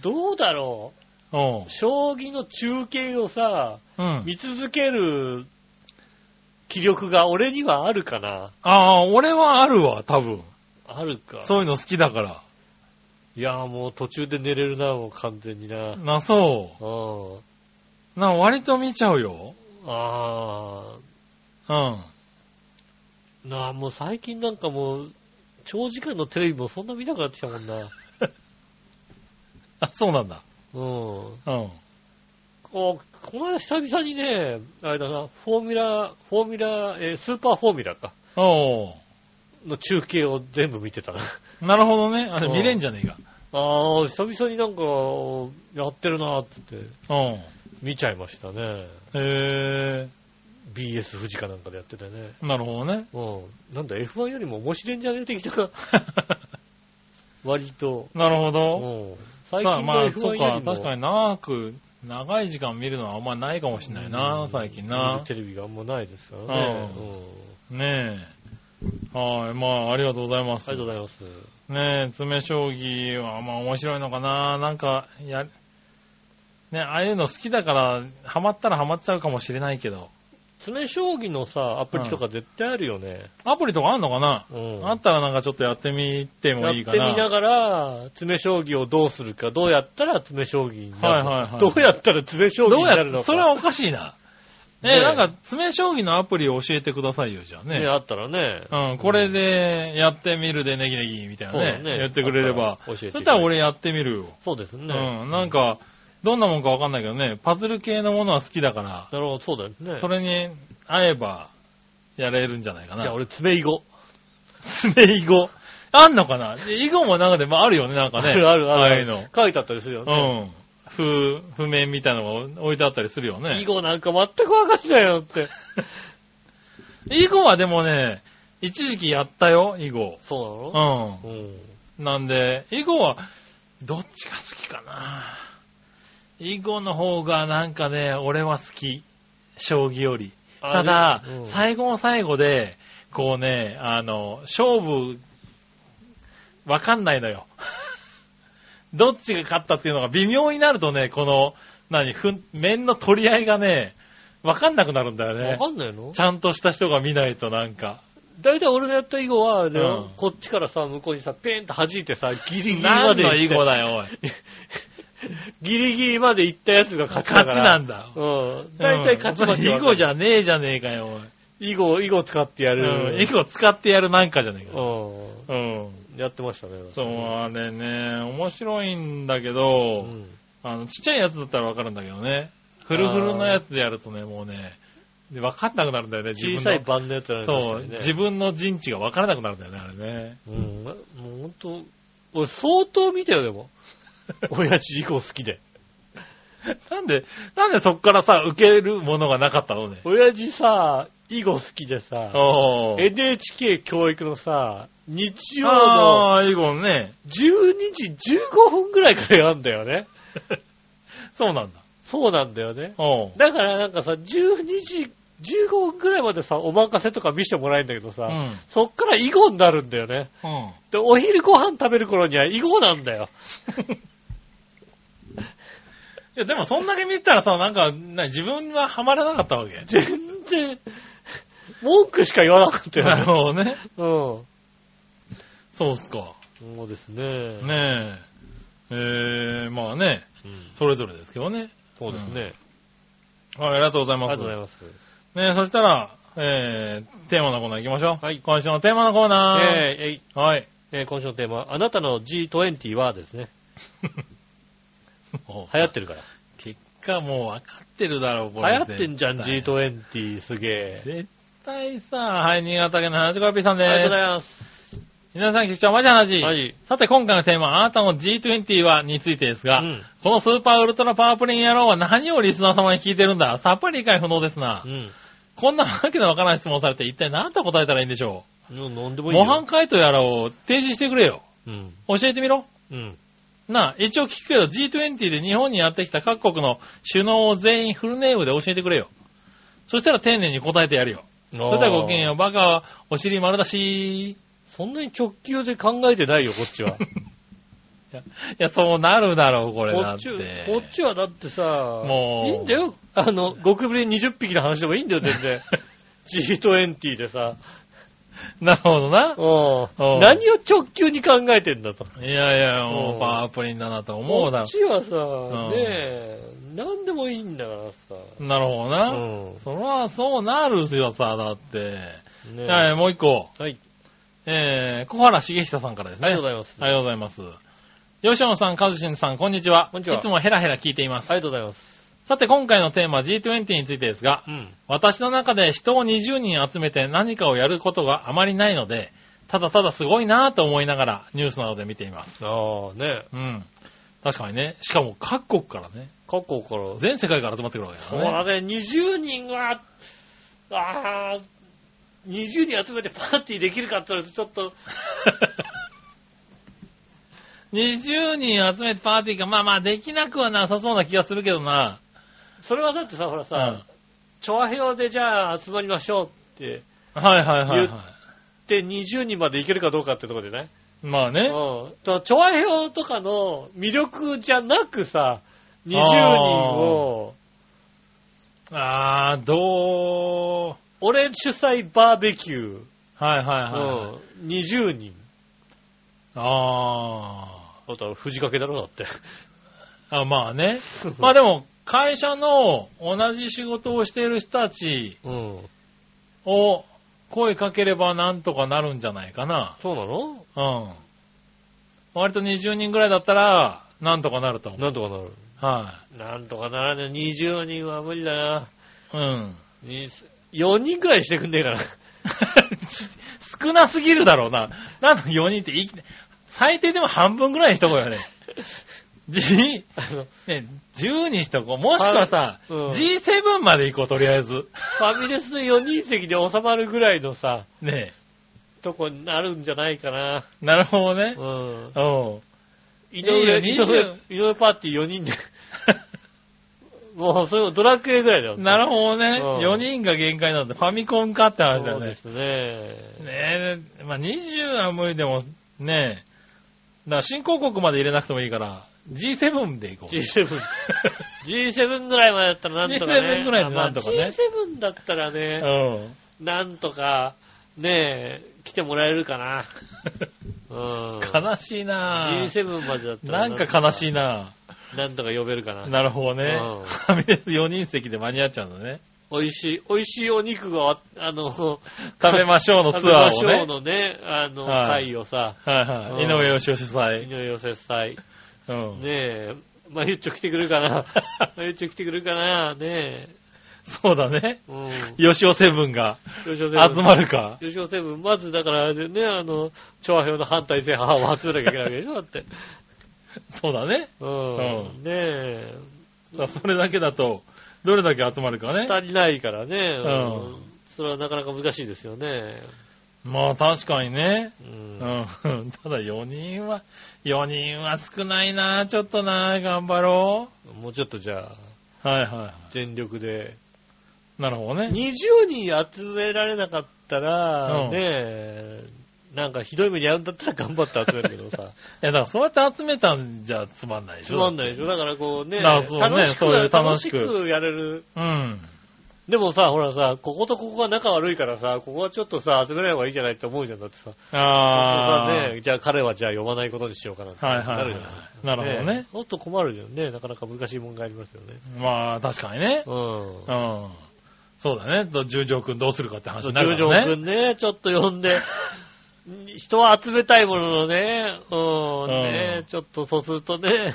S2: どうだろ
S3: うん
S2: う。将棋の中継をさ、
S3: うん。
S2: 見続ける気力が俺にはあるかな
S3: あー俺はあるわ、多分。
S2: あるか。
S3: そういうの好きだから。
S2: いやーもう途中で寝れるな、もう完全にな。うん。
S3: な、そ
S2: あ
S3: う。な、割と見ちゃうよ。
S2: あ
S3: うん。
S2: ー、なあ、もう最近なんかもう、長時間のテレビもそんな見なくなってきたもんな。
S3: あ、そうなんだ。
S2: うん。
S3: うん。
S2: こう、この間久々にね、あれだな、フォーミュラ、フォーミュラ、えースーパーフォーミュラか。
S3: お
S2: の中継を全部見てたな。
S3: ー。なるほどね。あれ
S2: うん
S3: 見れんじゃねえか。
S2: ああ、久々になんか、やってるなーってって
S3: うん。
S2: 見ちゃいましたね。
S3: へ
S2: BS 富士かなんかでやっててね。
S3: ー。なるほどね。
S2: うん。なんだ、F1 よりも面白いんじゃねえ的 な、割と。
S3: なるほ
S2: う
S3: ど。
S2: ん。最
S3: まあ
S2: 近
S3: ま
S2: の
S3: あ、そ
S2: F1
S3: う
S2: よ
S3: か
S2: りも。、
S3: 確かに長く、長い時間見るのはあんまないかもしれないな、最近
S2: うん
S3: な。
S2: テレビがあんまないですからね。う
S3: うん
S2: ん。
S3: ねえ。はい、まあ、ありがとうございます。
S2: ありがとうございます。
S3: ねえ、詰将棋は、まあ面白いのかな、なんか、や、ねえ、ああいうの好きだから、ハマったらハマっちゃうかもしれないけど、
S2: 詰将棋のさ、アプリとか絶対あるよね。
S3: アプリとかあんのかな、
S2: うん。
S3: あったらなんかちょっとやってみてもいい
S2: や
S3: か
S2: って
S3: な。
S2: みながら、詰将棋をどうするか、どうやったら詰将棋になる
S3: はいはいはい
S2: どうやったら詰将棋
S3: ど
S2: に
S3: う
S2: なるの
S3: やっ
S2: か。
S3: それはおかしいな。
S2: ね
S3: え、
S2: え
S3: なんか、詰将棋のアプリを教えてくださいよ、じゃあ
S2: ね、あったらね。
S3: うん、これでやってみるでネギネギみたいな
S2: そうだ
S3: ね。
S2: ね
S3: やってくれれば。
S2: 教えて
S3: そしたら俺やってみるよ。
S2: そうですね。
S3: うん、なんか、どんなもんかわかんないけどね、パズル系のものは好きだから、
S2: なるほど、そうだよね。
S3: それに合えばやれるんじゃないかな。
S2: じゃあ俺、詰め囲碁。
S3: 詰め囲碁。あんのかなで囲碁も中でもあるよね、なんか
S2: あ
S3: ね。
S2: るあるあ
S3: あ
S2: る。
S3: あいうの。
S2: 書いてあったりするよね。
S3: うん。譜、譜面みたいなのが置いてあったりするよね
S2: 囲。碁なんか全くわかんないよっ て。
S3: 囲碁はでもね、一時期やったよ、囲碁。
S2: そう
S3: う
S2: なの
S3: ん。
S2: うん。
S3: なんで、囲碁は、どっちが好きかな囲碁の方がなんかね、俺は好き。将棋より。ただ
S2: あれ、うん
S3: 最後の最後で、こうね、あの、勝負、わかんないのよ。 どっちが勝ったっていうのが微妙になるとね、この、何、ふ面の取り合いがね、わかんなくなるんだよ
S2: わ
S3: ね。
S2: かんないの
S3: ちゃんとした人が見ないとなんか。
S2: 大体俺のやった囲碁は、あれだよ
S3: うん
S2: こっちからさ、向こうにさ、ペーンと弾いてさ、ギリギリま
S3: 何
S2: で
S3: の
S2: 行
S3: 囲
S2: って
S3: 碁だよ、おい。
S2: ギリギリまで行ったやつが勝ちだ
S3: 勝
S2: か
S3: ち
S2: ら。
S3: なんだ。
S2: うん。大体勝ち負け
S3: うん
S2: わかる
S3: 囲碁じゃねえじゃねえかよ、おい。
S2: 囲碁、囲碁使ってや
S3: うん
S2: る。
S3: 囲碁使ってやるなんかじゃねえか。
S2: う
S3: うん。
S2: ん。やってましたね。
S3: そう、あれね、面白いんだけ
S2: う
S3: ど、
S2: ん。
S3: あの、ちっちゃいやつだったらわかるんだけどね。フルフルのやつでやるとね、もうね、で分かんなくなるんだよね、自分
S2: 小さ
S3: の。
S2: い版のやつなん
S3: そう、
S2: ね。
S3: 自分の陣地が分からなくなるんだよね、あれ ね。
S2: うん。もうほんと、俺相当見たよ、で も。親父囲碁好きで。
S3: なんで、なんでそっからさ、受けるものがなかったの ね。
S2: 親父さ、囲碁好きでさ、
S3: おー。
S2: NHK 教育のさ、日曜の
S3: ああ、いいもんね。
S2: 12時15分ぐらいからやるんだよね。
S3: そうなんだ。
S2: そうなんだよね。
S3: おう
S2: だからなんかさ、12時15分ぐらいまでさ、お任せとか見せてもらえるんだけどさ、
S3: うん。
S2: そっから囲碁になるんだよね。
S3: うん。
S2: で、お昼ご飯食べる頃には囲碁なんだよ。
S3: いや、でもそんだけ見てたらさ、なんか、な自分はハマらなかったわ け。
S2: 全然、文句しか言わなかった
S3: なる
S2: よね。
S3: ほどね。
S2: うん。
S3: そうっすか。
S2: そうですね。
S3: ねえ。えー、まあね、
S2: うん
S3: それぞれですけどね。
S2: そうですね。
S3: はい、ありがとうござ
S2: あ
S3: い
S2: り
S3: ま
S2: が
S3: す。
S2: とうございます。
S3: ねえ、そしたら、えー、テーマのコーナー行きましょう。
S2: はい
S3: 今週のテーマのコーナー。
S2: えーえい
S3: はい。
S2: えー今週のテーマ、あなたの G20 はですね、流行ってるから。
S3: 結果もう分かってるだろう、これ。
S2: 流行ってんじゃん、
S3: 絶対
S2: G20 すげえ。
S3: 絶対さ、はい、新潟県の花子コピーさん
S2: あ
S3: で
S2: りが
S3: す。
S2: とうございます。
S3: 皆さん、局長、マジ話。
S2: マ
S3: い。
S2: ジ。
S3: さて、今回のテーマ、あなたの G20 はについてです
S2: う
S3: が、
S2: ん。
S3: このスーパーウルトラパワープリン野郎は何をリスナー様に聞いてるんださっぱり理解不能ですな
S2: う。ん。
S3: こんなわけのわからない質問されて、一体何と答えたらいいんでしょ
S2: 飲んで
S3: う
S2: もいい
S3: 模
S2: よ。
S3: 範解答やらを提示してくれよ。
S2: うん。
S3: 教えてみろ。
S2: うん。
S3: なあ、一応聞くけど G20 で日本にやってきた各国の首脳を全員フルネームで教えてくれよ。そしたら丁寧に答えてやるよ。
S2: そ
S3: それではごきげんよう、バカはお尻丸だし。い
S2: そんなに直球で考えてないよ、こっちは。
S3: や、そうなるだろう、 これ
S2: こ
S3: だ
S2: っ
S3: っ
S2: ち
S3: て。
S2: は、こっちはだってさ、
S3: もう
S2: いいんだよ。あの、極ぶり20匹の話でもいいんだよ、全 然。G20 でさ。
S3: なるほどな
S2: う。ん
S3: うん
S2: 何を直球に考えてんだと。
S3: いやいや、
S2: う
S3: も
S2: ん
S3: うパワープリンだなと思
S2: こ
S3: うだろ
S2: っちはさ、
S3: ん
S2: ねえ、何でもいいんだからさ。
S3: う。なるほど
S2: う
S3: な。
S2: ん。
S3: それはそうなるすよ、さ、だって。
S2: ねえ
S3: はい、もう一個。
S2: はい。
S3: えー、小原茂久さんからです
S2: あ
S3: ね。
S2: りがとうございます。
S3: ありがとうございます。吉野さん、カズシンさん、こんにちは。
S2: こんにちはい
S3: つもヘラヘラ聞いています。
S2: ありがとうございます。
S3: さて、今回のテーマ G20 についてですが、
S2: うん。
S3: 私の中で人を20人集めて何かをやることがあまりないので、ただただすごいなぁと思いながらニュースなどで見ています。
S2: ああ、ねえ、
S3: うん。確かにね。しかも各国からね。
S2: 過去から。
S3: 全世界から集まってくるわけだ
S2: そ
S3: か
S2: う
S3: ら
S2: だ
S3: ね。
S2: ね、20人が、ああ、20人集めてパーティーできるかって言われるとちょっ と、
S3: 20人集めてパーティーか、まあまあできなくはなさそうな気がするけどな。
S2: それはだってさ、ほら
S3: うん。はい
S2: さ、チョアヘオでじゃあ集まりましょうって、
S3: はいはい、は
S2: で、20人までいけるかどうかってとこでね。
S3: い。まあ
S2: う
S3: ね。
S2: ん。とチョアヘオとかの魅力じゃなくさ、20人を、
S3: あー、どう、
S2: 俺主催バーベキュ
S3: はいはい
S2: ー、
S3: はい。
S2: うん、20人。
S3: あ
S2: あとは藤掛けだろ、だって。
S3: ーあ。まあね。 まあでも、会社の同じ仕事をしている人たち
S2: うん。
S3: を声かければなんとかなるんじゃないかな。
S2: そうなの
S3: うん。割と20人ぐらいだったら、なんとかなると思う。
S2: なんとかなる。
S3: は
S2: なんとかならねえ。20人は無理だな。
S3: い。うん。
S2: に4人くらいしてくんねえかな。
S3: 少なすぎるだろうな。なんで4人って生きて、最低でも半分ぐらいにしとこうよね。じ、
S2: あの
S3: ね、10にしとこう。もしくはさ、
S2: うん
S3: G7 まで行こう、とりあえず。
S2: ファミレスの4人席で収まるぐらいのさ、
S3: ね
S2: とこになるんじゃないかな。
S3: え。なるほどね
S2: う。ん。
S3: うん。
S2: 井
S3: い
S2: 上、
S3: い
S2: 井
S3: よ
S2: 上
S3: 20
S2: 井上パーティー4人で。もう、それもドラクエぐらいだよ。
S3: なるほどね。
S2: うん
S3: 4人が限界なんで、ファミコンかって話だ
S2: そ
S3: よ
S2: う
S3: ね
S2: で。すね。
S3: ねえ、まあ、20は無理でも、ねえ。だから新興国まで入れなくてもいいから、G7 で行こう。
S2: G7。G7 ぐらいまでだったらなんとかね。
S3: G7 ぐらいでなんとかね
S2: まあ G7 だったらね、
S3: う
S2: なんとか、ねえ、来てもらえるかな。うん。
S3: 悲しいなぁ。
S2: G7 までだったら
S3: なんか悲しいな
S2: なんとか呼べるか
S3: ぁ。
S2: な。
S3: なるほどね。
S2: うん
S3: はみ出す4人席で間に合っちゃうのね。
S2: 美味しい、美味しいお肉があ、あの、食
S3: 食べましょうのツアーを
S2: 食べましょう
S3: ね。
S2: のね、あの、
S3: はい
S2: 会をさ、
S3: はいはい。井
S2: うん
S3: 上義雄主
S2: 井
S3: 催。
S2: 上陽節祭。
S3: う
S2: ね
S3: ん。
S2: え、まゆっちょ来てくれるかな。 まゆっちょ来てくれるかな。ね
S3: そうだね。
S2: え。うん。
S3: 義雄セブンが
S2: 吉尾セ
S3: 集まるか。
S2: 吉尾セブン、まずだからあれでね、あの、調和票の反対制覇を集めなきゃいけないわけでしょ、だって。
S3: そうだね。
S2: うん。ねえ、
S3: だからそれだけだと、どれだけ集まるかね。
S2: 足りないからね。
S3: うん
S2: それはなかなか難しいですよね。
S3: まあ確かにね。
S2: う。
S3: うんん。 ただ4人は、4人は少ないなちょっとな頑張ろ
S2: もうちょっとじゃあ、
S3: う。はいは
S2: 全力で。
S3: い。なるほどね。
S2: 20人集められなかったら、
S3: うん
S2: ねえ、なんかひどい目に遭うんだったら頑張って集めるけど さ、
S3: いや、だからそうやって集めたんじゃつまんないでし
S2: つ
S3: ょ。
S2: まんないでしょ。だからこうね、
S3: だからそうね
S2: 楽しく
S3: そういう
S2: 楽
S3: 楽
S2: し
S3: し
S2: く
S3: く
S2: やれる。
S3: うん。
S2: でもさ、ほらさ、こことここが仲悪いからさ、ここはちょっとさ、集めない方がいいじゃないって思うじゃん。だってさ、
S3: ああ。
S2: そうさね、じゃあ彼はじゃあ呼ばないことにしようかなって
S3: はいは
S2: ないる
S3: は
S2: じゃない
S3: い。なるほどね。。
S2: もっと困るじゃんね。なかなか難しい問題ありますよね。
S3: まあ、確かにね。
S2: う。
S3: うんん。そうだね。と十条くんどうするかって話
S2: そう
S3: になる
S2: 十
S3: か
S2: 条
S3: ら
S2: く
S3: ね。
S2: んね、ちょっと呼んで、 人は集めたいもののね、うん、
S3: う
S2: ね
S3: ん、
S2: ちょっとそうするとね、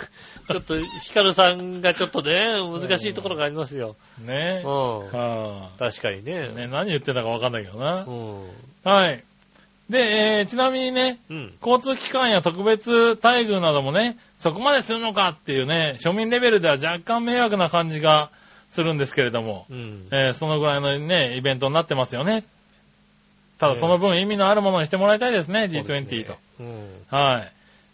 S2: ちょっとヒカルさんがちょっとね、難しいところがありますよ。
S3: ね。
S2: うん。
S3: は
S2: 確かに
S3: あね
S2: ね。
S3: 何言ってたかわかんないけどな
S2: う。ん。
S3: はい。で、えーちなみにね、
S2: うん。
S3: 交通機関や特別待遇などもね、そこまでするのかっていうね、庶民レベルでは若干迷惑な感じがするんですけれども、
S2: うん。
S3: えーそのぐらいのね、イベントになってますよね。ただその分意味のあるものにしてもらいたいですね、
S2: そう
S3: G20
S2: です
S3: と
S2: ね。。うん。
S3: はい。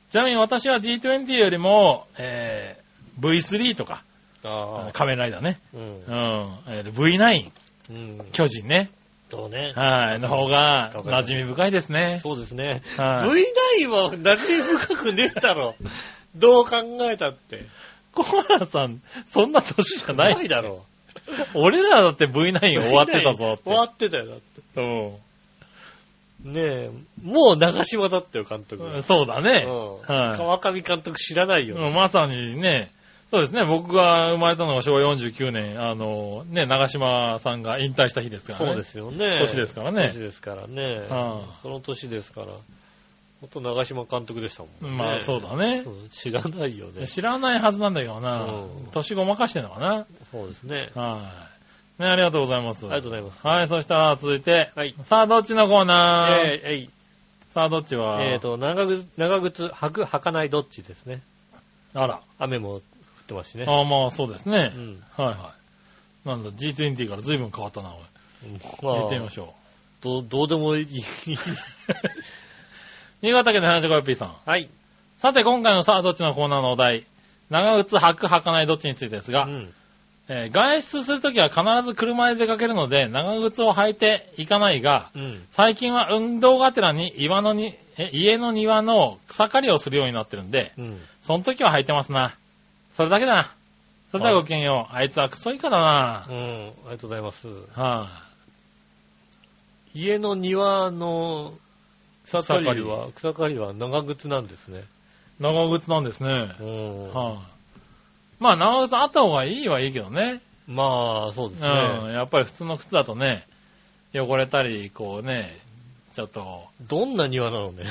S3: ちなみに私は G20 よりも、えー V3 とか、
S2: ああ。
S3: 仮面ライダーね。
S2: うん
S3: うん。えー V9、
S2: うん。
S3: 巨人ね。
S2: そうね。
S3: はい。の方が、
S2: 仮面ライダー
S3: 馴染み深いですね。
S2: そうですね。
S3: はい。
S2: V9 は馴染み深くねえだろ。どう考えたって。
S3: コアラさん、そんな年じゃ な。
S2: ないいだろ。
S3: 俺らだって V9 終わってたぞって。
S2: 終わってたよ、だって。
S3: うん
S2: ねえ、もう長島だったよ、監督。
S3: うんそうだね。
S2: うん
S3: はい。
S2: 川上監督知らないよ。
S3: うんまさにね、そうですね、僕が生まれたのが昭和49年、あの、ね、長島さんが引退した日ですからね。
S2: そうですよね。
S3: 年ですからね
S2: 年ですからね。
S3: うん
S2: その年ですから。ほんと長島監督でしたもんね。
S3: まあ、そうだね
S2: そ。う知らないよね。
S3: 知らないはずなんだけどな
S2: うん。
S3: 年ごまかしてんのかな。
S2: そうですね。
S3: はい。ね、ありがとうございます。
S2: ありがとうございます。
S3: はい、そしたら続いて、
S2: はい。
S3: さあ、どっちのコーナー
S2: えーえい
S3: さあ、どっちは
S2: えーと、長靴、長靴、履く、履かないどっちですね。
S3: あら。
S2: 雨も降ってますしね。
S3: ああ、まあ、そうですね
S2: う。ん。
S3: はいはい。なんだ、G20 から随分変わったな、おい。
S2: ま
S3: 行ってみ
S2: あ
S3: ま、しょ
S2: どう、どうでもいい。
S3: う。新潟県の話し声 P さん。
S2: はい。
S3: さて、今回のさあ、どっちのコーナーのお題。長靴履く履かないどっちについてです
S2: う
S3: が、
S2: ん。
S3: えー外出するときは必ず車で出かけるので、長靴を履いていかないが、
S2: うん。
S3: 最近は運動がてらに岩のにえ家の庭の草刈りをするようになってるんで、
S2: うん。
S3: その時は履いてますな。それだけだな。それではごきげんよう。あいつはクソ以下だな
S2: う。ん。ありがとうございます。
S3: は
S2: 家の庭の草刈り
S3: 草刈り
S2: は、草刈りは長靴なんですね。
S3: い長靴なんですね。
S2: うん。
S3: はいまあ、長靴あった方がいいはいいけどね。
S2: まあ、そうです
S3: うん
S2: ね。、
S3: やっぱり普通の靴だとね、汚れたり、こうね、ちょっと、
S2: どんな庭なのね。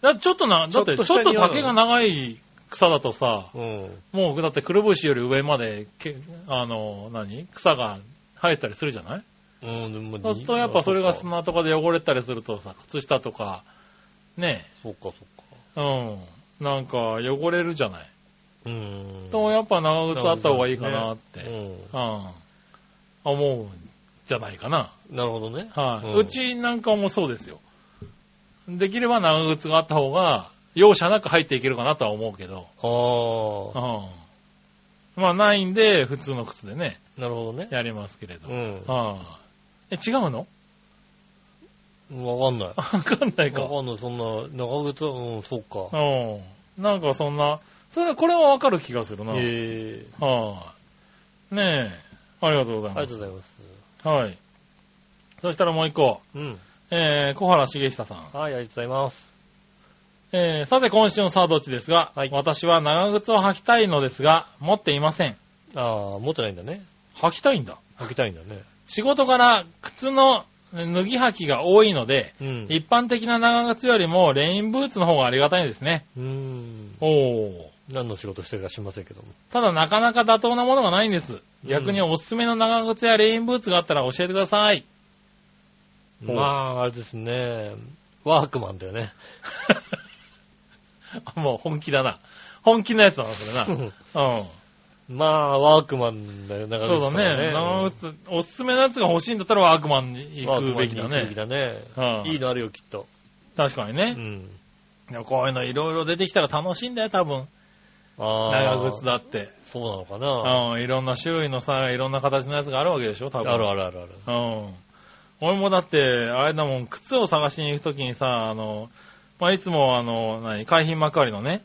S3: だちょっとな、
S2: ちょ
S3: だ
S2: っ
S3: っ
S2: と
S3: て
S2: した
S3: ちょっと
S2: 庭なの
S3: 丈が長い草だとさ、
S2: うん。
S3: もうだってくるぶしより上まで、けあの、何草が生えたりするじゃない
S2: うん、でも
S3: そうするとやっぱそれが
S2: そうか、
S3: 砂とかで汚れたりするとさ、靴下とか、ね、
S2: そうか。
S3: うん、なんか汚れるじゃない。
S2: うん。
S3: と、やっぱ長靴あった方がいいかなっ
S2: う
S3: て、
S2: ん。
S3: うん、思うんじゃないかな。
S2: なるほどね。
S3: はい、
S2: う
S3: うんちなんかもそうですよ。できれば長靴があった方が、容赦なく入っていけるかなとは思うけど。う
S2: あ
S3: ん。まあ、ないんで、普通の靴でね、
S2: あ、なるほどね。
S3: やりますけれど。
S2: う
S3: はい、
S2: ん。
S3: え、違うの
S2: わかんない。
S3: わかんないか。
S2: わかんない、そんな、長靴、うん、そうか。
S3: うん。なんかそんな、それ、これはわかる気がするな。はい、
S2: ええ
S3: ねえ。ありがとうござい
S2: ありがとう
S3: ます。
S2: ございます。
S3: はい。そしたらもう一個。
S2: うん。
S3: ええー、小原茂久さん。
S2: はい、ありがとうございます。
S3: えー、さて今週のサードっちですが、
S2: はい
S3: 私は長靴を履きたいのですが、持っていません。
S2: ああ、持ってないんだね。
S3: 履きたいんだ。
S2: 履きたいんだね。
S3: 仕事から靴の脱ぎ履きが多いので、
S2: うん。
S3: 一般的な長靴よりもレインブーツの方がありがたいですね。
S2: うーん。
S3: おー。
S2: 何の仕事してるか知りませんけども。
S3: ただなかなか妥当なものがないんです。逆におすすめの長靴やレインブーツがあったら教えてくださ い。ほう
S2: まあ、あれですね。ワークマンだよね。
S3: もう本気だな。本気のやつだな、それな。 うん。
S2: まあ、ワークマンだよ、長
S3: そう
S2: 靴さ
S3: だ
S2: んは
S3: ね。長靴、おすすめのやつが欲しいんだったらワークマンに行
S2: ワー
S3: く
S2: クマン
S3: べ
S2: に
S3: きだ
S2: 行くべき
S3: ね。
S2: だね。
S3: うん
S2: いいのあるよ、きっと。
S3: 確かに
S2: う
S3: ね。
S2: ん。
S3: でもこういうのいろいろ出てきたら楽しいんだよ、多分。
S2: ああ。
S3: 長靴。だって。
S2: そうなのかな。
S3: うん、いろんな種類のさ、いろんな形のやつがあるわけでしょ、多分。
S2: あるあるあるある。
S3: うん。俺もだって、あれだもん、靴を探しに行くときにさ、あの、まあ、いつもあの、何、海浜幕張のね、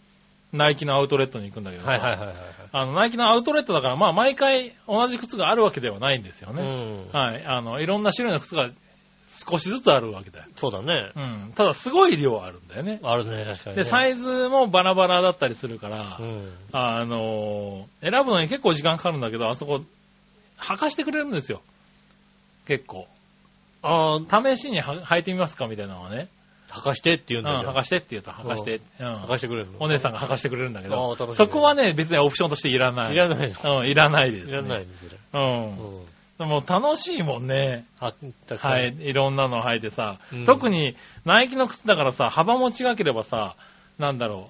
S3: ナイキのアウトレットに行くんだけどさ
S2: はいはいはいはい
S3: あの、ナイキのアウトレットだから、まあ、毎回同じ靴があるわけではないんですよ
S2: は
S3: ね。
S2: い。うん。
S3: はい。あの、いろんな種類の靴が少しずつあるわけだよ。
S2: そうだね。
S3: うん。ただ、すごい量あるんだよね。
S2: あるね、確かにね。
S3: で、サイズもバラバラだったりするから、
S2: うん。
S3: あのー選ぶのに結構時間かかるんだけど、あそこ、履かしてくれるんですよ。結構。
S2: あ
S3: 試しには履いてみますかみたいなのはね。
S2: あ、履かしてって言う
S3: うんん、
S2: だよ。
S3: 履かしてって言うと履かして。うん。
S2: 履かしてくれるの
S3: お姉さんが履かしてくれるんだけ
S2: あ
S3: ど
S2: ー楽し、み
S3: そこはね、別にオプションとしていらない。
S2: いらないです。
S3: うん、いらないです、。
S2: いらないいです、それ。
S3: う。
S2: うんん。
S3: でも楽しいもんね。
S2: は、たくさん。
S3: はい、いろんなの履いてさ、
S2: うん
S3: 特にナイキの靴だからさ、幅も違ければさ、なんだろ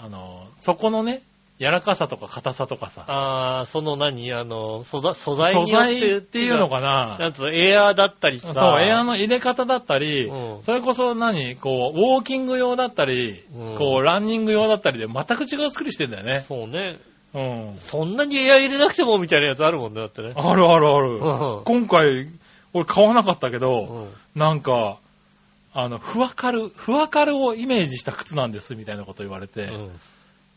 S3: う、あの、そこのね、柔らかさとか硬さとかさ、
S2: ああ、その何あの、素材、素材
S3: 素
S2: によって
S3: 材っていうのかな。
S2: なんつうのエアーだったりさ。
S3: そう、エア
S2: の。
S3: の入れ方だったり、
S2: うん
S3: それこそ何、こう、ウォーキング用だったり、
S2: うん
S3: こう、ランニング用だったりで全く違う作りしてんだよね。
S2: そうね。
S3: うん。
S2: そんなにエアー入れなくてもみたいなやつあるもんね、だってね。
S3: あるあるある。
S2: うん
S3: 今回、俺買わなかったけど、
S2: うん。
S3: なんか、あの、ふわかる、ふわかるをイメージした靴なんですみたいなこと言われて、
S2: うん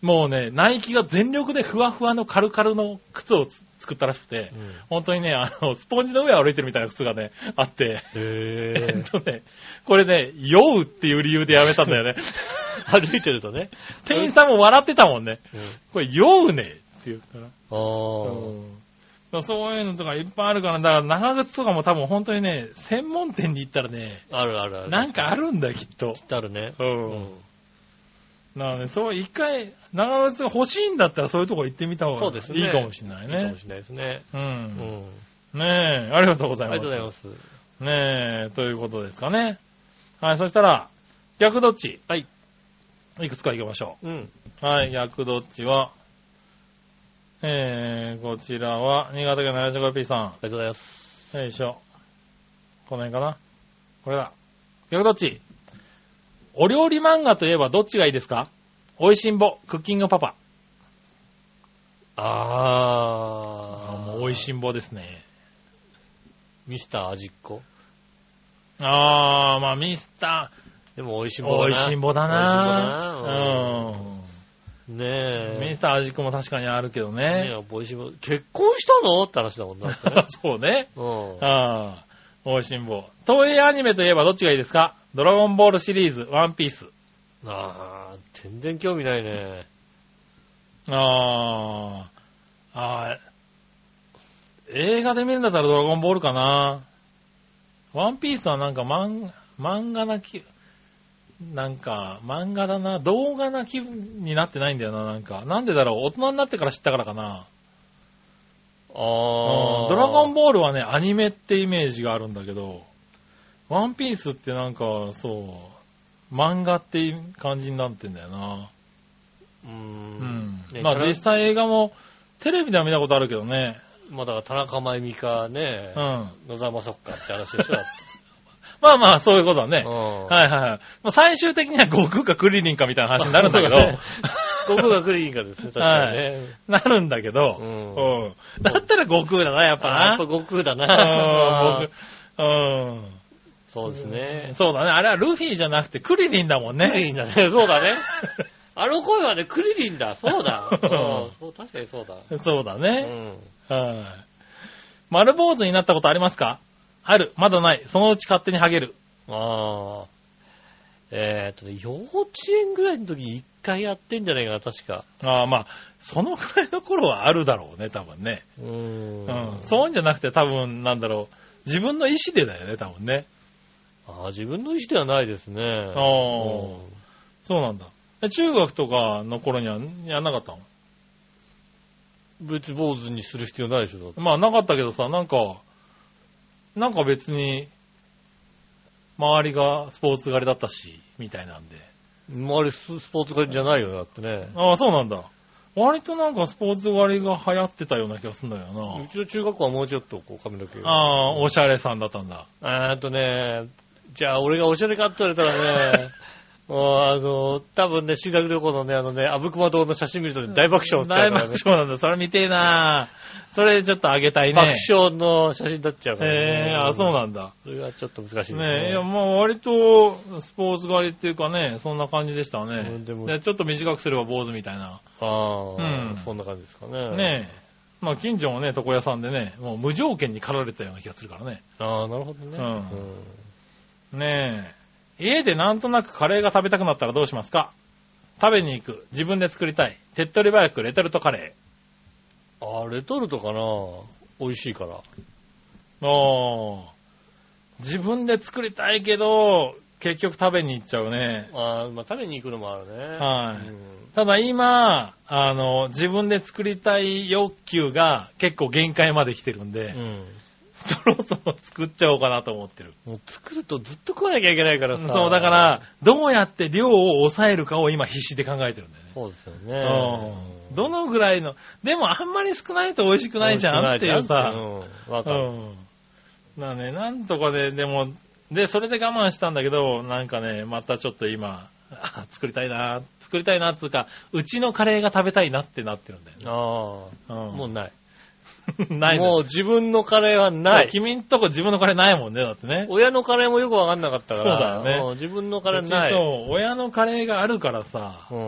S3: もうね、ナイキが全力でふわふわのカルカルの靴をつ作ったらしくて、
S2: うん
S3: 本当にね、あの、スポンジの上を歩いてるみたいな靴がね、あって、
S2: へ
S3: え
S2: え
S3: っ。とね、これね、酔うっていう理由でやめたんだよ ね。
S2: 歩いてるとね。
S3: 店員さんも笑ってたもんね。
S2: うん。
S3: これ酔うねって言うから。
S2: あ
S3: う
S2: あ。
S3: んだからそういうのとかいっぱいあるから、だから長靴とかも多分本当にね、専門店に行ったらね、
S2: あるあるある。
S3: なんかあるんだよ、きっと。
S2: あるね。
S3: う。
S2: うんん。
S3: なので、そう、一回、長靴が欲しいんだったらそういうとこ行ってみた方が
S2: そうですね。
S3: いいかもしれない
S2: いいか
S3: ね
S2: も。しれないですね。
S3: う。
S2: うんん。
S3: ねえ、ありがとうござ
S2: あ
S3: い
S2: り
S3: ま
S2: がとうご
S3: す。
S2: ざいます。
S3: す。ねえ、ということですかね。はい、そしたら、逆どっち
S2: はい。
S3: いくつか行きましょ
S2: うん。
S3: う。はい、逆どっちは、えー、こちらは、新潟県の 75P
S2: あ
S3: さ
S2: りがとうございます。
S3: ん。よいしょ。この辺かな。これだ。逆どっちお料理漫画といえばどっちがいいですかおいしんぼ、クッキングパパ。
S2: ああ。
S3: もうおいしんぼですね。
S2: ミスター味っ子。
S3: あー、まあミスタ
S2: でも、美味しん
S3: ー、
S2: ぼだな。
S3: おいしんぼだな。
S2: 美味しんぼだな。
S3: うん。
S2: うん。ねえ。
S3: ミスター味くも確かにあるけど
S2: ね
S3: ね。
S2: え、美味しんぼ。結婚したのって話だもんな。
S3: そうね。
S2: うん。
S3: ああ、おいしんぼ。東映アニメといえばどっちがいいですかドラゴンボールシリーズ、ワンピース。
S2: ああ、全然興味ないね。
S3: ああ、ああ、映画で見るんだったらドラゴンボールかな。ワンピースはなんか漫漫画なき、なんか漫画だな、動画な気分になってないんだよな、なんか。なんでだろう、大人になってから知ったからかな。
S2: ああ。
S3: ドラゴン
S2: ボ
S3: ボールはね、アニメってイメージがあるんだけど、ワンピースってなんか、そう、漫画っていう感じになってんだよな。
S2: うー
S3: うんん。。まあ実
S2: 実
S3: 際映画も、テレビでは見たことあるけどね。
S2: まあだから田中真由美かね
S3: うん。、
S2: 野沢雅子かって話 でしょ。
S3: まあまあ、そういうことだ
S2: う
S3: ね。
S2: ん。い。
S3: はいはいはい。まあ最終的には悟空かクリリンかみたいな話になるんだけど、
S2: 僕がクリーンかですね、確かにね。
S3: なるんだけど、
S2: う
S3: うんん。だったら悟空だな、やっぱ
S2: あや
S3: な。
S2: っぱ悟空だ
S3: うん
S2: な。
S3: 悟空うん。
S2: そうですね。
S3: そうだね。あれはルフィじゃなくてクリリンだもんね。
S2: クリリン だね。そうだね。あの声はね、クリリンだ。そう だ。うん
S3: うん
S2: そう、確かにそうだ。
S3: そうだ
S2: う
S3: ね。
S2: ん。
S3: はい。丸坊主になったことありますかある。まだない。そのうち勝手にハゲる。
S2: ああ。えーっとね、幼稚園ぐらいの時に一回やってんじゃないかな、確か。
S3: ああ、まあ、そのくらいの頃はあるだろうね、多分ね。
S2: うー。
S3: うんん。そういうんじゃなくて多分、なんだろう。自分の意思でだよね、多分ね。
S2: あー自分の意思ではないですね。
S3: ああ
S2: あ。
S3: そうなんだ。え中学とかの頃にはやんなかったの
S2: 別に坊主にする必要ないでしょ、だって
S3: まあ、なかったけどさ、なんか、なんか別に、周りがスポーツ狩りだったし、みたいなんで。
S2: あれススポーツ狩りじゃないよ、だってね。
S3: ああ、そうなんだ。割となんかスポーツ狩りが流行ってたような気がするんだよ
S2: う
S3: な。
S2: ちの中学校はもうちょっとこう髪の毛が。
S3: ああ、おしゃれさんだったんだ。
S2: あーっとね、じゃあ俺がおしゃれかって言われたら ね、もうあの、多分ね、修学旅行のね、あのね、阿武隈堂の写真見るとね大爆笑になっちゃ
S3: 大
S2: うから
S3: 爆
S2: ね。
S3: 笑なんだ。それ見てえなそれちょっとあげたいね。
S2: 爆笑の写真になっちゃうからね。
S3: ええあ、そうなんだ。
S2: それはちょっと難しいですね。
S3: ねえ、いや、まあ割と、スポーツ狩りっていうかね、そんな感じでした
S2: う
S3: ね
S2: ん。でも
S3: でちょっと短くすれば坊主みたいな。
S2: ああ、
S3: うん
S2: そんな感じですかね。
S3: ねえ。まあ近所のね、床屋さんでね、もう無条件に狩られたような気がするからね。
S2: ああ、なるほどね。
S3: うんねえ。家でなんとなくカレーが食べたくなったらどうしますか食べに行く。自分で作りたい。手っ取り早くレトルトカレ
S2: ああ、レトルトかな美味しいから。
S3: ー。おー。自分で作りたいけど、結局食べに行っちゃうね。
S2: ああ、まあ食べに行くのもあるね。
S3: はい
S2: うん
S3: ただ今、あの、自分で作りたい欲求が結構限界まで来てるんで、
S2: うん。
S3: そろそろ作っちゃおうかなと思ってる。
S2: もう作るとずっと食わなきゃいけないからさ。
S3: そう、だから、、どうやって量を抑えるかを今必死で考えてるんだよね。
S2: そうですよ
S3: う
S2: ね。
S3: んどのぐらいの、でもあんまり少ないと美味しくないじゃんっていうさ。
S2: うんわ
S3: う
S2: かる。
S3: ん。なね、なんとかで、でも、で、それで我慢したんだけど、なんかね、またちょっと今、あ作りたいな、作りたいなっていうか、うちのカレーが食べたいなってなってるんだよね。
S2: あ
S3: う。
S2: あ、もうんない。
S3: ないのよ
S2: もう自分のカレーはない。
S3: 君んとこ自分のカレーないもんね、だってね。
S2: 親のカレーもよくわかんなかったから。
S3: そうだよね
S2: ん自分のカレー
S3: うち
S2: ない。
S3: そう、親のカレーがあるからさ、
S2: う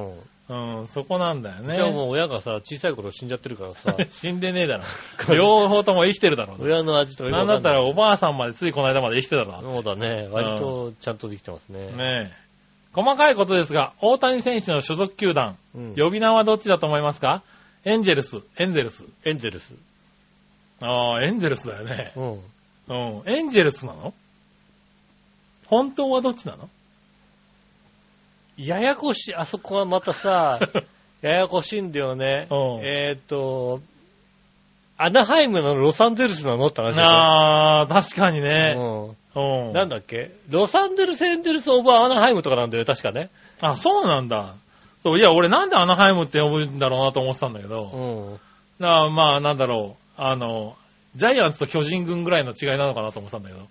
S2: ん。
S3: うん、そこなんだよね。
S2: じゃあもう親がさ、小さい頃死んじゃってるからさ、
S3: 死んでねえだろ。 両方とも生きてるだろうね。
S2: 親の味とかよくわ
S3: なん
S2: か
S3: だ
S2: ん
S3: っ
S2: な
S3: た
S2: い
S3: らおばあさんまでついこの間まで生きてただ
S2: そ
S3: ろ
S2: うだね。割とちゃんとできてますね。
S3: う。ねえ。細かいことですが、大谷選手の所属球団、
S2: うん
S3: 呼び名はどっちだと思いますかエンジェルス、エンゼルス。
S2: エンゼルス。
S3: ああ、エンゼルスだよね。
S2: うん。
S3: うん。エンジェルスなの本当はどっちなの
S2: ややこしい、あそこはまた さ、ややこしいんだよね。
S3: うん
S2: えーっ、と、アナハイムなのロサンゼルスなのって話でしょ
S3: ああ、確かにね。
S2: う。
S3: うんん。
S2: なんだっけロサンゼルス、エンゼルス、オーバーアナハイムとかなんだよね、確かね。
S3: あ、そうなんだ。そう、いや、俺なんでアナハイムって呼ぶんだろうなと思ってたんだけ
S2: う
S3: ど、
S2: ん。
S3: なあまあ、なんだろう、あの、ジャイアンツと巨人軍ぐらいの違いなのかなと思ってたんだけど、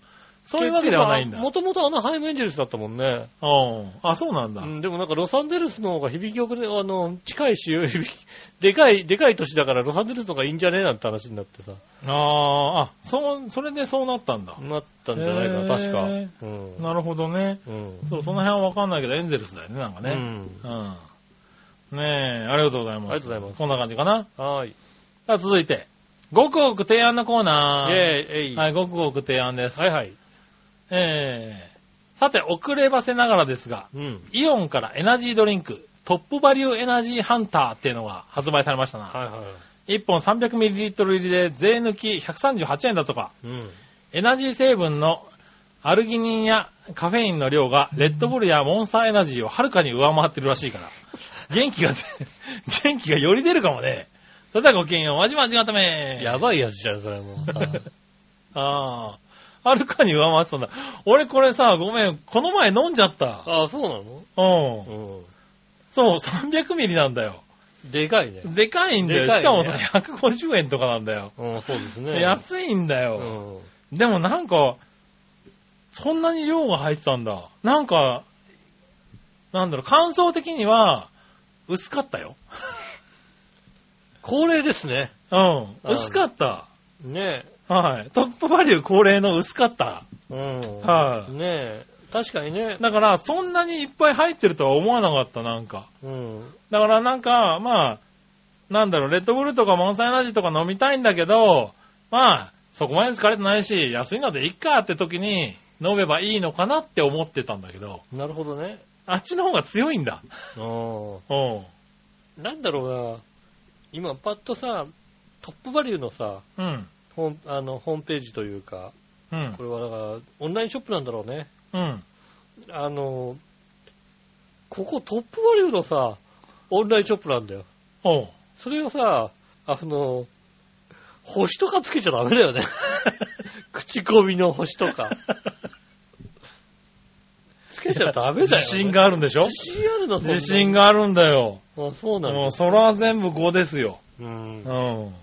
S3: そういうわけではないんだ。
S2: もともとアナハイムエンゼルスだったもんね。
S3: うん。あ、そうなんだ。
S2: うん、でもなんかロサンゼルスの方が響き遅れ、あの、近いし、 響きでかい、でかい都市だからロサンゼルスの方がいいんじゃねえなんて話になってさ、
S3: ああ、あ、そう、それでそうなったんだ。
S2: なったんじゃないかな、確か。
S3: へ
S2: うん。
S3: なるほどね。
S2: うん。
S3: そう、その辺はわかんないけど、エンゼルスだよね、なんか
S2: う
S3: ね。
S2: ん。
S3: うん。ねえ、ありがとうございま
S2: ありがと
S3: す。
S2: うございます
S3: こんな感じかな。
S2: はーい。
S3: さあ、続いて、ごくごく提案のコーナー。
S2: ええ、えい。は
S3: はいい、ごくごく提案です。
S2: はい。
S3: えー、さて、遅ればせながらですが、
S2: うん。
S3: イオンからエナジードリンク、トップバリューエナジーハンターっていうのが発売されましたな。
S2: はいは
S3: 1本 300ml 入りで税抜き138円だとか、
S2: い。うん。
S3: エナジー成分のアルギニンやカフェインの量が、レッドブルやモンスターエナジーをはるかに上回ってるらしいから、元気が出、 元気がより出るかもね。それではごきげんよう、まじまじがため
S2: やばいやつじゃん、それは もうさ。
S3: ああ。はるかに上回ってたんだ。俺これさ、ごめん、この前飲んじゃった。
S2: ああ、そうなの
S3: うん。
S2: う
S3: そう、300ミリなんだよ。
S2: ん。でかいね。
S3: でかいんだよ。
S2: でかいね
S3: しかもさ、150円とかなんだよ。
S2: うん、そうですね。
S3: 安いんだ
S2: う
S3: よ、
S2: ん。
S3: でもなんか、そんなに量が入ってたんだ。なんか、なんだろう、感想的には、薄かったよ。
S2: 恒例ですね。
S3: うん。
S2: うん
S3: 薄かった。
S2: ね
S3: はい。トップバリュー恒例の薄かった。
S2: え。うん。
S3: はい
S2: ねえ。確かにね。
S3: だから、そんなにいっぱい入ってるとは思わなかった、なんか。
S2: うん。
S3: だからなんか、まあ、なんだろう、レッドブルとかモンサンエナジーとか飲みたいんだけど、まあ、そこまで疲れてないし、安いのでいっかって時に、飲めばいいのかなって思ってたんだけど、
S2: なるほどね。
S3: あっちの方が強いんだ。
S2: う
S3: うん。
S2: ん。なんだろうな、今パッとさ、トップバリューのさ、
S3: うん。
S2: ホームあのホームページというか、
S3: うん
S2: こ。れはだから、オンラインショップなんだろうね。
S3: うん。
S2: あの、ここトップバリューのさ、オンラインショップなんだよ。
S3: おう。
S2: それをさ、あの、星とかつけちゃダメだよね。 口コミの星とか。つけちゃダメだよ、ね。
S3: 自信。があるんでしょ
S2: 自信あるのそんな
S3: 自信があるんだよ。
S2: あ、そうな
S3: も
S2: の
S3: う、それは全部5ですよ。
S2: うん
S3: う。ん。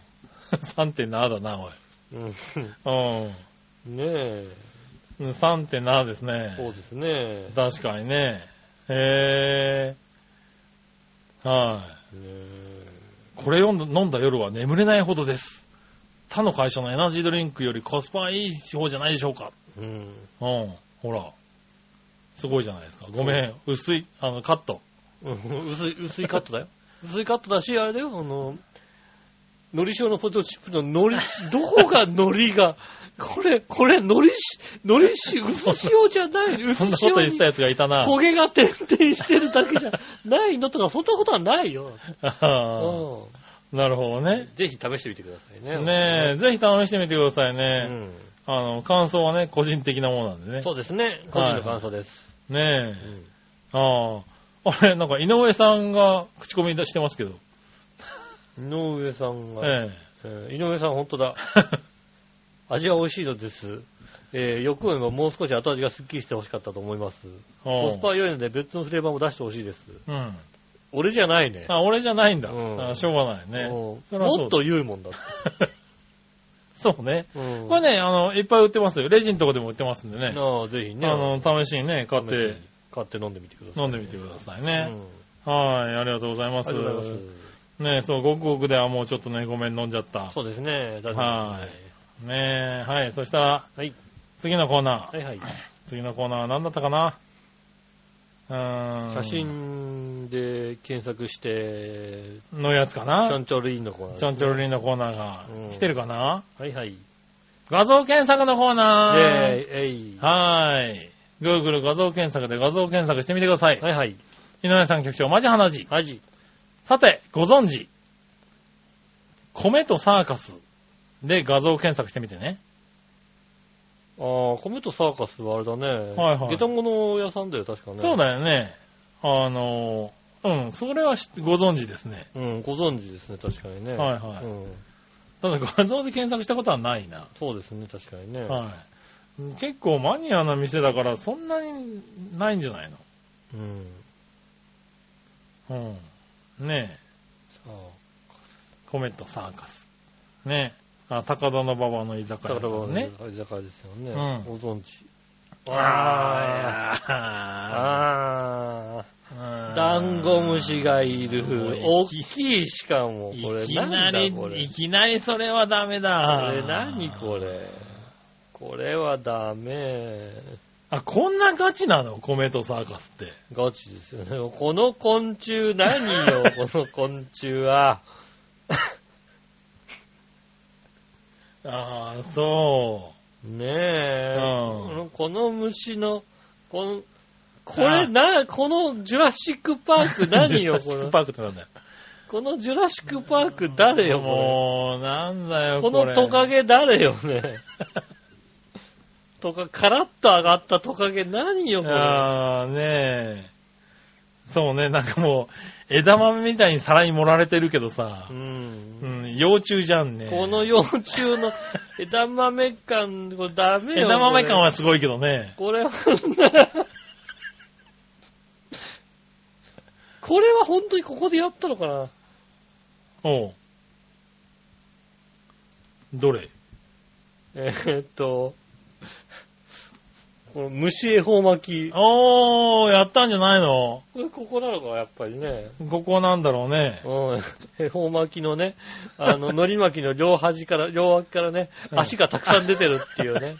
S3: 3.7だな、おい。
S2: うん。
S3: うん
S2: ねえ、
S3: うん。3.7です
S2: そう
S3: ね。
S2: ですね。
S3: 確かにね。へえ。はい。
S2: ねえ
S3: これ飲んだ飲んだ夜は眠れないほどです。他の会社のエナジードリンクよりコスパいい方じゃないでしょうか。
S2: うん。
S3: うん。ほら。すごいじゃないですか。ごめん。薄い、あの、カット。
S2: うん薄い、薄いカットだ よ。薄いカットだし、あれだよ、あの、海苔塩のポテトチップの海 苔、どこが海苔が、これ、これ、海苔し、海苔し、薄塩じゃない、 薄
S3: そんなこと
S2: 塩
S3: 言っ
S2: に
S3: てたやつがいたな。
S2: 焦げが点々してるだけじゃないのとか、そんなことはないよ。
S3: あー なるほど
S2: うん
S3: ね。
S2: ぜひ試してみてくださいね。
S3: ねえ、ぜひ試してみてくださいうね。
S2: ん。
S3: あの、感想はね、個人的なものなんでね。
S2: そうですね。個人の感想です。
S3: ね
S2: うん
S3: え。ああ。あれ、なんか井上さんが口コミ出してますけど。
S2: 井上さんが、
S3: え
S2: えー井上さん本当だ。 味は美味しいのです。えー、よく言えばもう少し後味がスッキリしてほしかったと思います。
S3: え。
S2: コ
S3: コ
S2: スパは良いので別のフレーバーも出してほしいです。
S3: うん。
S2: 俺じゃないね。
S3: あ、俺じゃないんだ。
S2: うん
S3: あしょうがないね。
S2: もう
S3: そりゃそうだ
S2: もっと言うもんだって。
S3: そうね。
S2: うん
S3: これね、あの、いっぱい売ってますよ。レジのとこでも売ってますんでね。あ
S2: ああ、ぜひね。
S3: の、試しにね、買っ
S2: 試してに買って飲んでみてください。
S3: 飲んでみてください
S2: い
S3: ね。はい、ありがとうございま
S2: あ
S3: す。
S2: りがとうございます。
S3: ねそう、ごくごくではもうちょっとね、ごめん飲んじゃった。
S2: そうですね。大丈夫ですね
S3: はいねはい、そしたら、
S2: はい。
S3: 次のコーナー。
S2: はいはい。
S3: 次のコーナーは何だったかなうーん。
S2: 写真で検索して、
S3: のやつか
S2: ちょ
S3: な。
S2: んちょるいいのコーナーです
S3: ちょんちょろりんのコーナーが
S2: うん
S3: 来てるかな
S2: はいはい。で、
S3: 画像検索のコーナー。
S2: えい。
S3: はーい。Google 画像検索で画像検索してみてください。
S2: はいはい。
S3: 井上さん局長、マジ花じ。
S2: アジ。
S3: さて、ご存知。米とサーカスで画像検索してみてね。
S2: ああ、米とサーカスはあれだね。
S3: はいはい
S2: 下駄物屋さんだよ、確かね。
S3: そうだよね。あのー、うん、それは知ってご存知ですね。
S2: うん、ご存知ですね、確かにね。
S3: はいはい
S2: うん、
S3: ただ画像で検索したことはないな。
S2: そうですね、確かにね。
S3: はい。結構マニアな店だからそんなにないんじゃない
S2: うん。
S3: のうん。ねえ、
S2: さあ、
S3: 米とサーカス。ねえ、あ、高田の馬場の居酒屋
S2: だ
S3: さ
S2: か
S3: んね
S2: ね。、居酒屋ですよね。
S3: うん
S2: ご存知。
S3: ああ
S2: あ
S3: あ
S2: あ、ダンゴムシがいる。
S3: お
S2: 大きいしかも、
S3: い
S2: これ。
S3: きなり
S2: んだこ、れ
S3: い。きなりそれはダメ
S2: こ
S3: だ。
S2: れ何これ。これはダメ。
S3: あ、こんなガチなの米とサーカスって。
S2: ガチですよね。この昆虫何 よ、この昆虫は。
S3: ああ、そ
S2: ねえ、
S3: うん
S2: この虫の、この、こ
S3: あ
S2: れな、このジュラシックパーク
S3: う。
S2: 何よ、
S3: ジュ
S2: こ
S3: ラシック
S2: れ。
S3: パークってなんだよ。
S2: このジュラシックパーク誰よ、も
S3: もう、なんだ
S2: う。
S3: よ、
S2: こ
S3: こ
S2: の
S3: れ
S2: トカ。ゲ誰よね。とか、カラッと上がったトカゲ何よ、これ。
S3: ああ、ねえ。そうね、なんかもう、枝豆みたいに皿に盛られてるけどさ
S2: う、ん
S3: うん、幼虫じゃんね。
S2: この幼虫の枝豆感、これダメよ。
S3: 枝豆感
S2: は。
S3: はすごいけどね。
S2: これは、これは本当にここでやったのかな
S3: おう。どれ
S2: えーっと、この虫恵方巻き。
S3: おー、やったんじゃないの
S2: これここなのか、やっぱりね。
S3: ここなんだろうね。
S2: うん。恵方巻きのね、あの、 海苔巻きの両端から、両脇からね、
S3: うん
S2: 足がたくさん出てるっていうね。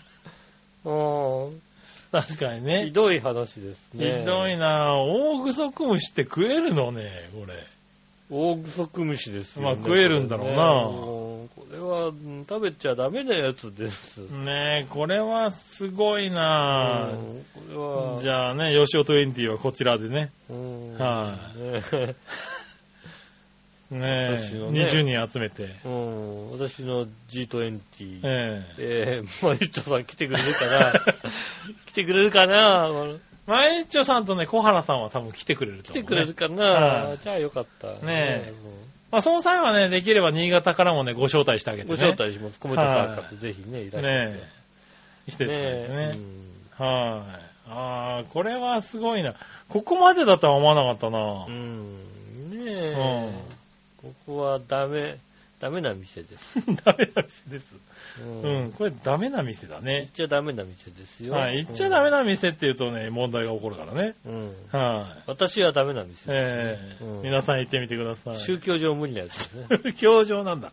S2: う
S3: 確かに
S2: ん。ひ
S3: ね。
S2: どい話です
S3: ひ
S2: ね。
S3: どい。な大グソクムシって食えるのね、これ。
S2: 大グソクムシですよね、
S3: まあ食えるんだろうな
S2: これねこれは、うん食べちゃダメなやつです。うん
S3: ねえ、これはすごいなぁ。
S2: これは、
S3: じゃあね、吉尾20はこちらでね。
S2: うん
S3: はい
S2: ねえ
S3: ねえ、
S2: 私のね
S3: 20人集めて。
S2: うん私の G20。
S3: ええ。
S2: えー、マリッチョさん来てくれるか な来てくれるかな
S3: マエッチョさんとね、小原さんは多分来てくれると
S2: 来
S3: 思う、
S2: てくれるか
S3: は
S2: ないじゃあよかった。
S3: ねえ
S2: もう
S3: まあ、その際はね、できれば新潟からもね、ご招待してあげて
S2: ご
S3: ね。
S2: 招待します。コメント参加ってぜひね、いらっしゃって。
S3: ねえ。してたんですね。
S2: ね
S3: はい。ああ、これはすごいな。ここまでだとは思わなかったな
S2: う。ん。ね
S3: う
S2: え、
S3: ん。
S2: ここはダメ、ダメな店です。
S3: ダメな店です。
S2: う
S3: うんん。これダメな店だ
S2: 行っ。
S3: ね
S2: ちゃダメな店ですよ。
S3: はい。行っちゃダメ
S2: な。
S3: な店っていうとね、問題が起こるからね。
S2: うん。
S3: はい。
S2: 私はダメな店
S3: え
S2: です
S3: え
S2: ね、うん
S3: 皆さん行ってみてください。
S2: 宗教上無理なやつですね。
S3: 宗教上なんだ。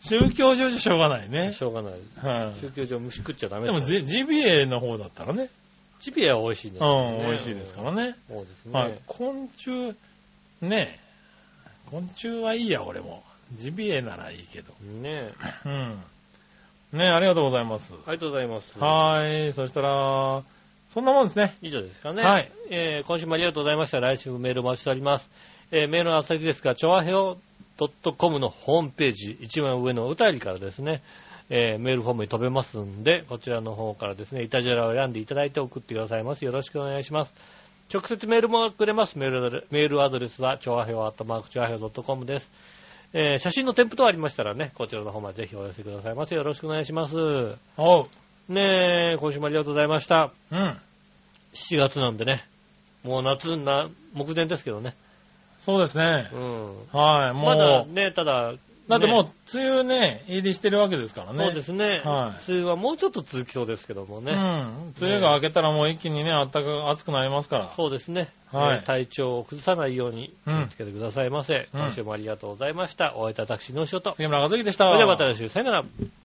S3: 宗教上じゃしょうがない
S2: うん。
S3: ね。
S2: しょうがない。
S3: は
S2: 宗
S3: い。
S2: 教上虫食っちゃダメ
S3: でもジジビエの方だったらね。
S2: ジビエは美味しいです
S3: う
S2: よ
S3: ん
S2: ね、
S3: 美味しいですからね。
S2: そうですね。
S3: はい。昆虫、ねえ。昆虫はいいや、俺も。ジビエならいいけど。
S2: ねえ。
S3: うん。ねえ、ありがとうございます。
S2: ありがとうございます。
S3: はーい。そしたら、そんなもんですね。
S2: 以上ですかね。
S3: はい。
S2: えー今週もありがとうございました。来週もメールお待ちしております。えーメールの宛先ですが、ちょわへお .com のホームページ、一番上のお便りからですね、えーメールフォームに飛べますんで、こちらの方からですね、イタジェラを選んでいただいて送ってくださいます。よろしくお願いします。直接メールもくれます。メールアドレメールアドレスは、ちょわへお、アットマーク、ちょわへお .com です。えー写真の添付等ありましたらね、こちらの方までぜひお寄せくださいませ。よろしくお願いします。
S3: おう。
S2: ねえ、今週もありがとうございました。
S3: うん。
S2: 7月なんでね、もう夏な目前ですけどね。
S3: そうですね
S2: う。ん。
S3: はい。もう、
S2: まだね、ただ、
S3: だっても
S2: ね
S3: う、梅雨ね、入りしてるわけですからね。
S2: そうですね、
S3: はい
S2: 梅雨はもうちょっと続きそうですけどもね。
S3: うん。梅雨が明けたらもう一気にね、暖かく、暑くなりますから。
S2: そうですね、
S3: はい
S2: ね体調を崩さないように気
S3: うん
S2: をつけてくださいませ。
S3: うん
S2: 今週もありがとうございました。お会いいた私の仕事。
S3: 杉村和之でし
S2: そ
S3: た。
S2: れではまた来週、さよなら。